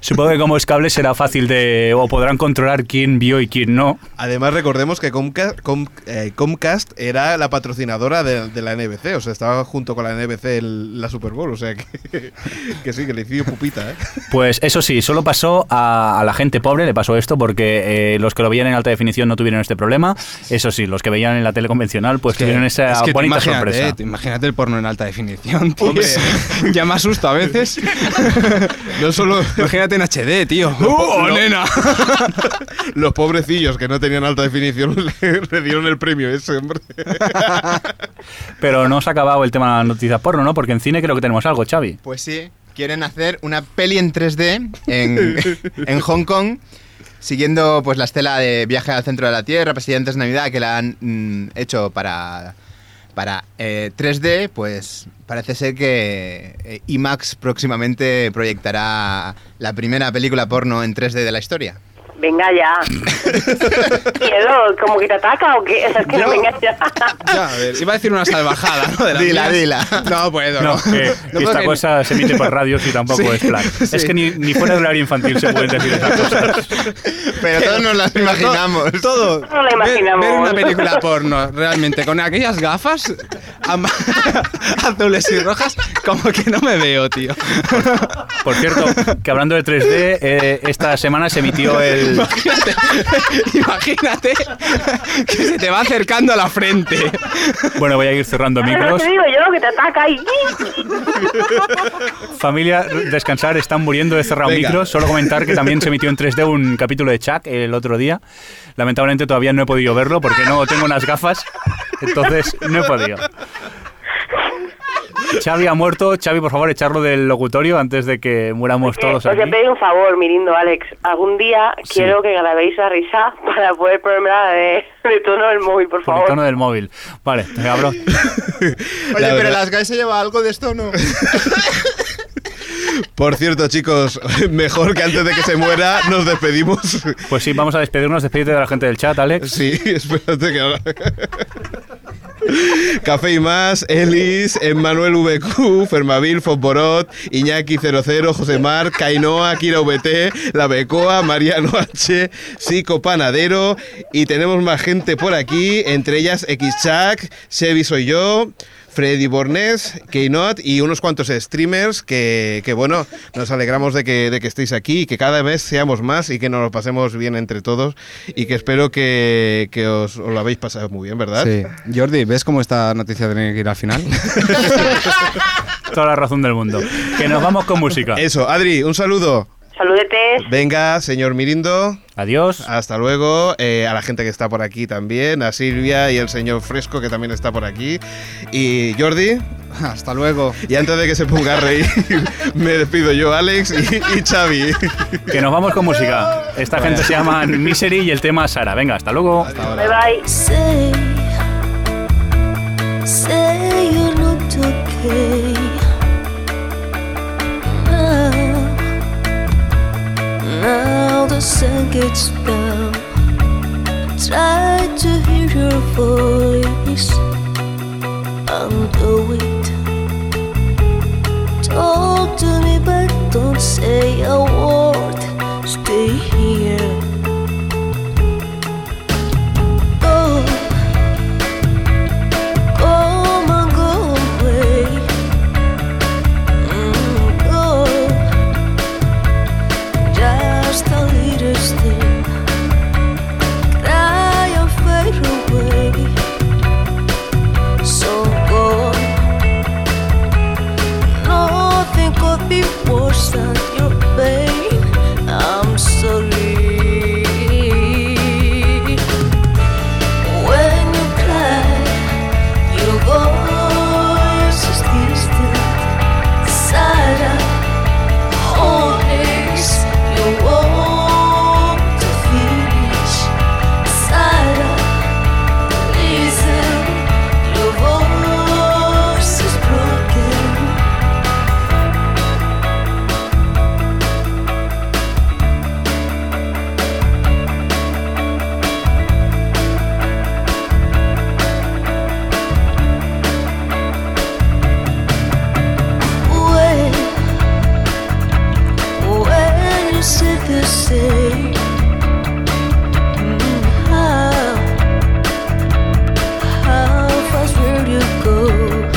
Speaker 5: Supongo que como es cable será fácil de, o podrán controlar quién vio y quién no.
Speaker 2: Además, recordemos que Comca- Com- eh, Comcast era la patrocinadora de, de la NBC, o sea, estaba junto con la NBC en la Super Bowl, o sea que, que sí, que le hicieron pupita, ¿eh?
Speaker 5: Pues eso sí, solo pasó a, a la gente pobre, le pasó esto, porque eh, los que lo veían en alta definición no tuvieron este problema. Eso sí, los que veían en la tele convencional, pues tuvieron esa
Speaker 6: es que tú
Speaker 5: bonita
Speaker 6: imagínate,
Speaker 5: sorpresa.
Speaker 6: eh, tú imagínate el porno en alta definición, tío.
Speaker 2: Hombre.
Speaker 6: ya me asusta a veces.
Speaker 2: No solo
Speaker 6: Imagínate en HD, tío.
Speaker 5: Uh,
Speaker 6: ¡Oh, nena!
Speaker 2: los pobrecillos que no tenían alta definición le, le dieron el premio ese, hombre.
Speaker 5: Pero no se ha acabado el tema de las noticias porno, ¿no? Porque en cine creo que tenemos algo, Xavi.
Speaker 3: Pues sí, quieren hacer una peli en 3D en, en Hong Kong, siguiendo pues la estela de Viaje al Centro de la Tierra, Presidentes de Navidad, que la han mm, hecho para, para eh, 3D, pues parece ser que eh, IMAX próximamente proyectará la primera película porno en 3D de la historia.
Speaker 4: Venga ya. Miedo, como que te ataca o qué. O sea, es que no, venga ya.
Speaker 6: Ya, a ver, iba a decir una salvajada, ¿no? De las
Speaker 3: Dila,
Speaker 6: mías.
Speaker 3: dila.
Speaker 6: No puedo,
Speaker 5: No,
Speaker 6: no.
Speaker 5: que- que
Speaker 6: puedo
Speaker 5: esta
Speaker 6: que-
Speaker 5: cosa se emite por radio y tampoco es plan. Es que ni, ni fuera del horario infantil se pueden decir estas cosas.
Speaker 3: Pero todos nos las imaginamos.
Speaker 6: Todo.
Speaker 4: No la imaginamos.
Speaker 6: Ver, ver una película porno, realmente, con aquellas gafas amba- azules y rojas, como que no me veo, tío.
Speaker 5: Por cierto, que hablando de 3D, eh, esta semana se emitió el...
Speaker 6: Imagínate, imagínate que se te va acercando a la frente.
Speaker 5: Bueno, voy a ir cerrando
Speaker 4: No
Speaker 5: micros.
Speaker 4: te digo yo que te ataca y...
Speaker 5: Familia, descansar, están muriendo, he cerrado
Speaker 6: Venga.
Speaker 5: micros. Solo comentar que también se emitió en 3D un capítulo de Chuck el otro día. Lamentablemente todavía no he podido verlo porque no tengo unas gafas, entonces no he podido. Xavi ha muerto. Xavi, por favor, echarlo del locutorio antes de que
Speaker 6: Pues
Speaker 5: muramos
Speaker 4: Que
Speaker 5: todos
Speaker 4: Os he
Speaker 5: aquí.
Speaker 4: pedido un favor, Mirindo, Alex. Algún día
Speaker 5: Sí.
Speaker 4: quiero que grabéis la risa para poder ponerla de, de tono del móvil, por
Speaker 5: Por el
Speaker 4: favor.
Speaker 5: tono del móvil. Vale, te abro.
Speaker 3: Oye,
Speaker 2: La
Speaker 3: pero
Speaker 2: verdad.
Speaker 3: las guys se lleva algo de esto, ¿no?
Speaker 2: Por cierto, chicos, mejor que antes de que se muera nos despedimos.
Speaker 5: Pues sí, vamos a despedirnos. Despídete de la gente del chat, Alex.
Speaker 2: Sí, espérate que ahora. Café y más, Elis, Emmanuel VQ, Fermavil, Fosborot, Iñaki00, José Mar, Cainoa, Kira VT, La Becoa, Mariano H, Psico Panadero y tenemos más gente por aquí, entre ellas Xchac, Sebi soy yo, Freddy Bornés, Keynot y unos cuantos streamers que, que, bueno, nos alegramos de que, de que estéis aquí y que cada vez seamos más y que nos lo pasemos bien entre todos y que espero que, que os, os lo habéis pasado muy bien, ¿verdad?
Speaker 6: Sí. Jordi, ¿ves cómo esta noticia tiene que ir al final?
Speaker 5: Toda la razón del mundo. Que nos vamos con música.
Speaker 2: Eso, Adri, un saludo.
Speaker 4: Saludetes.
Speaker 2: Venga, señor Mirindo,
Speaker 5: Adiós.
Speaker 2: hasta luego. Eh, a la gente que está por aquí también, a Silvia y el señor Fresco que también está por aquí. Y Jordi,
Speaker 6: Hasta luego.
Speaker 2: y antes de que se ponga a reír, me despido yo, Alex y, y Xavi.
Speaker 5: Que nos vamos con música. Esta gente se llama Misery y el tema Sara. Venga, hasta luego.
Speaker 4: Bye bye.
Speaker 7: Say, say you looked okay. Now, now the sun gets down. Try to hear your voice. I'll do it. Talk to me, but don't say a word. Stay here. Go, come and go away. Mm, go, just a little stay. Cry and fade away. So go. Nothing could be worse than your pain. I'm sorry. When you cry, your voice is distant. Sad, always you want to finish. Sad. Listen, your voice is broken. When, when you see the same, mm, how, how fast will you go?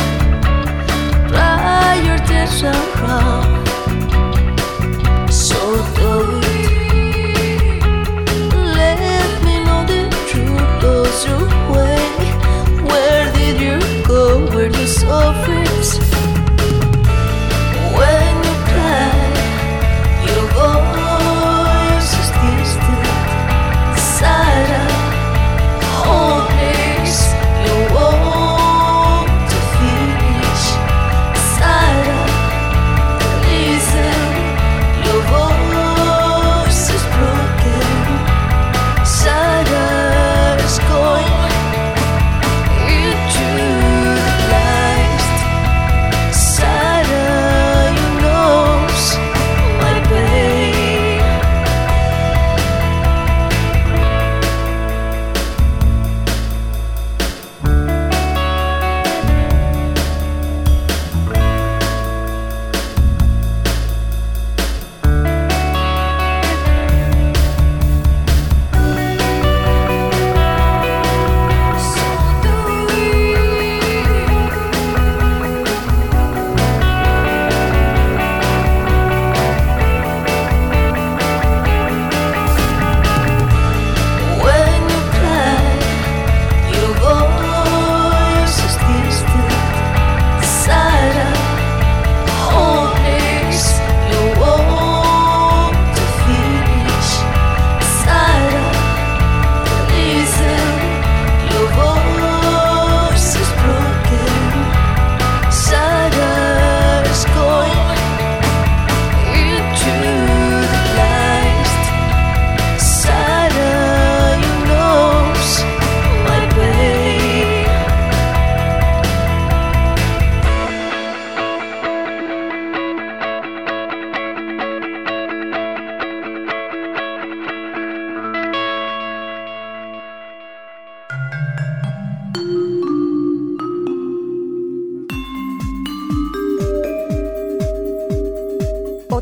Speaker 7: Fly your days around, so don't let me know the truth. Does your way? Where did you go? Where you suffered? When you cry, your voice is distant. Silent, always you want to finish. Silent, listen, your voice is broken. Silent is going into the light. Sarah, you know my pain. So do we. When you cry, your voice is distant. Silent, always you want to finish. Silent, listen, your voice is broken. Silent is going into the light. Sarah, you know my pain.
Speaker 1: O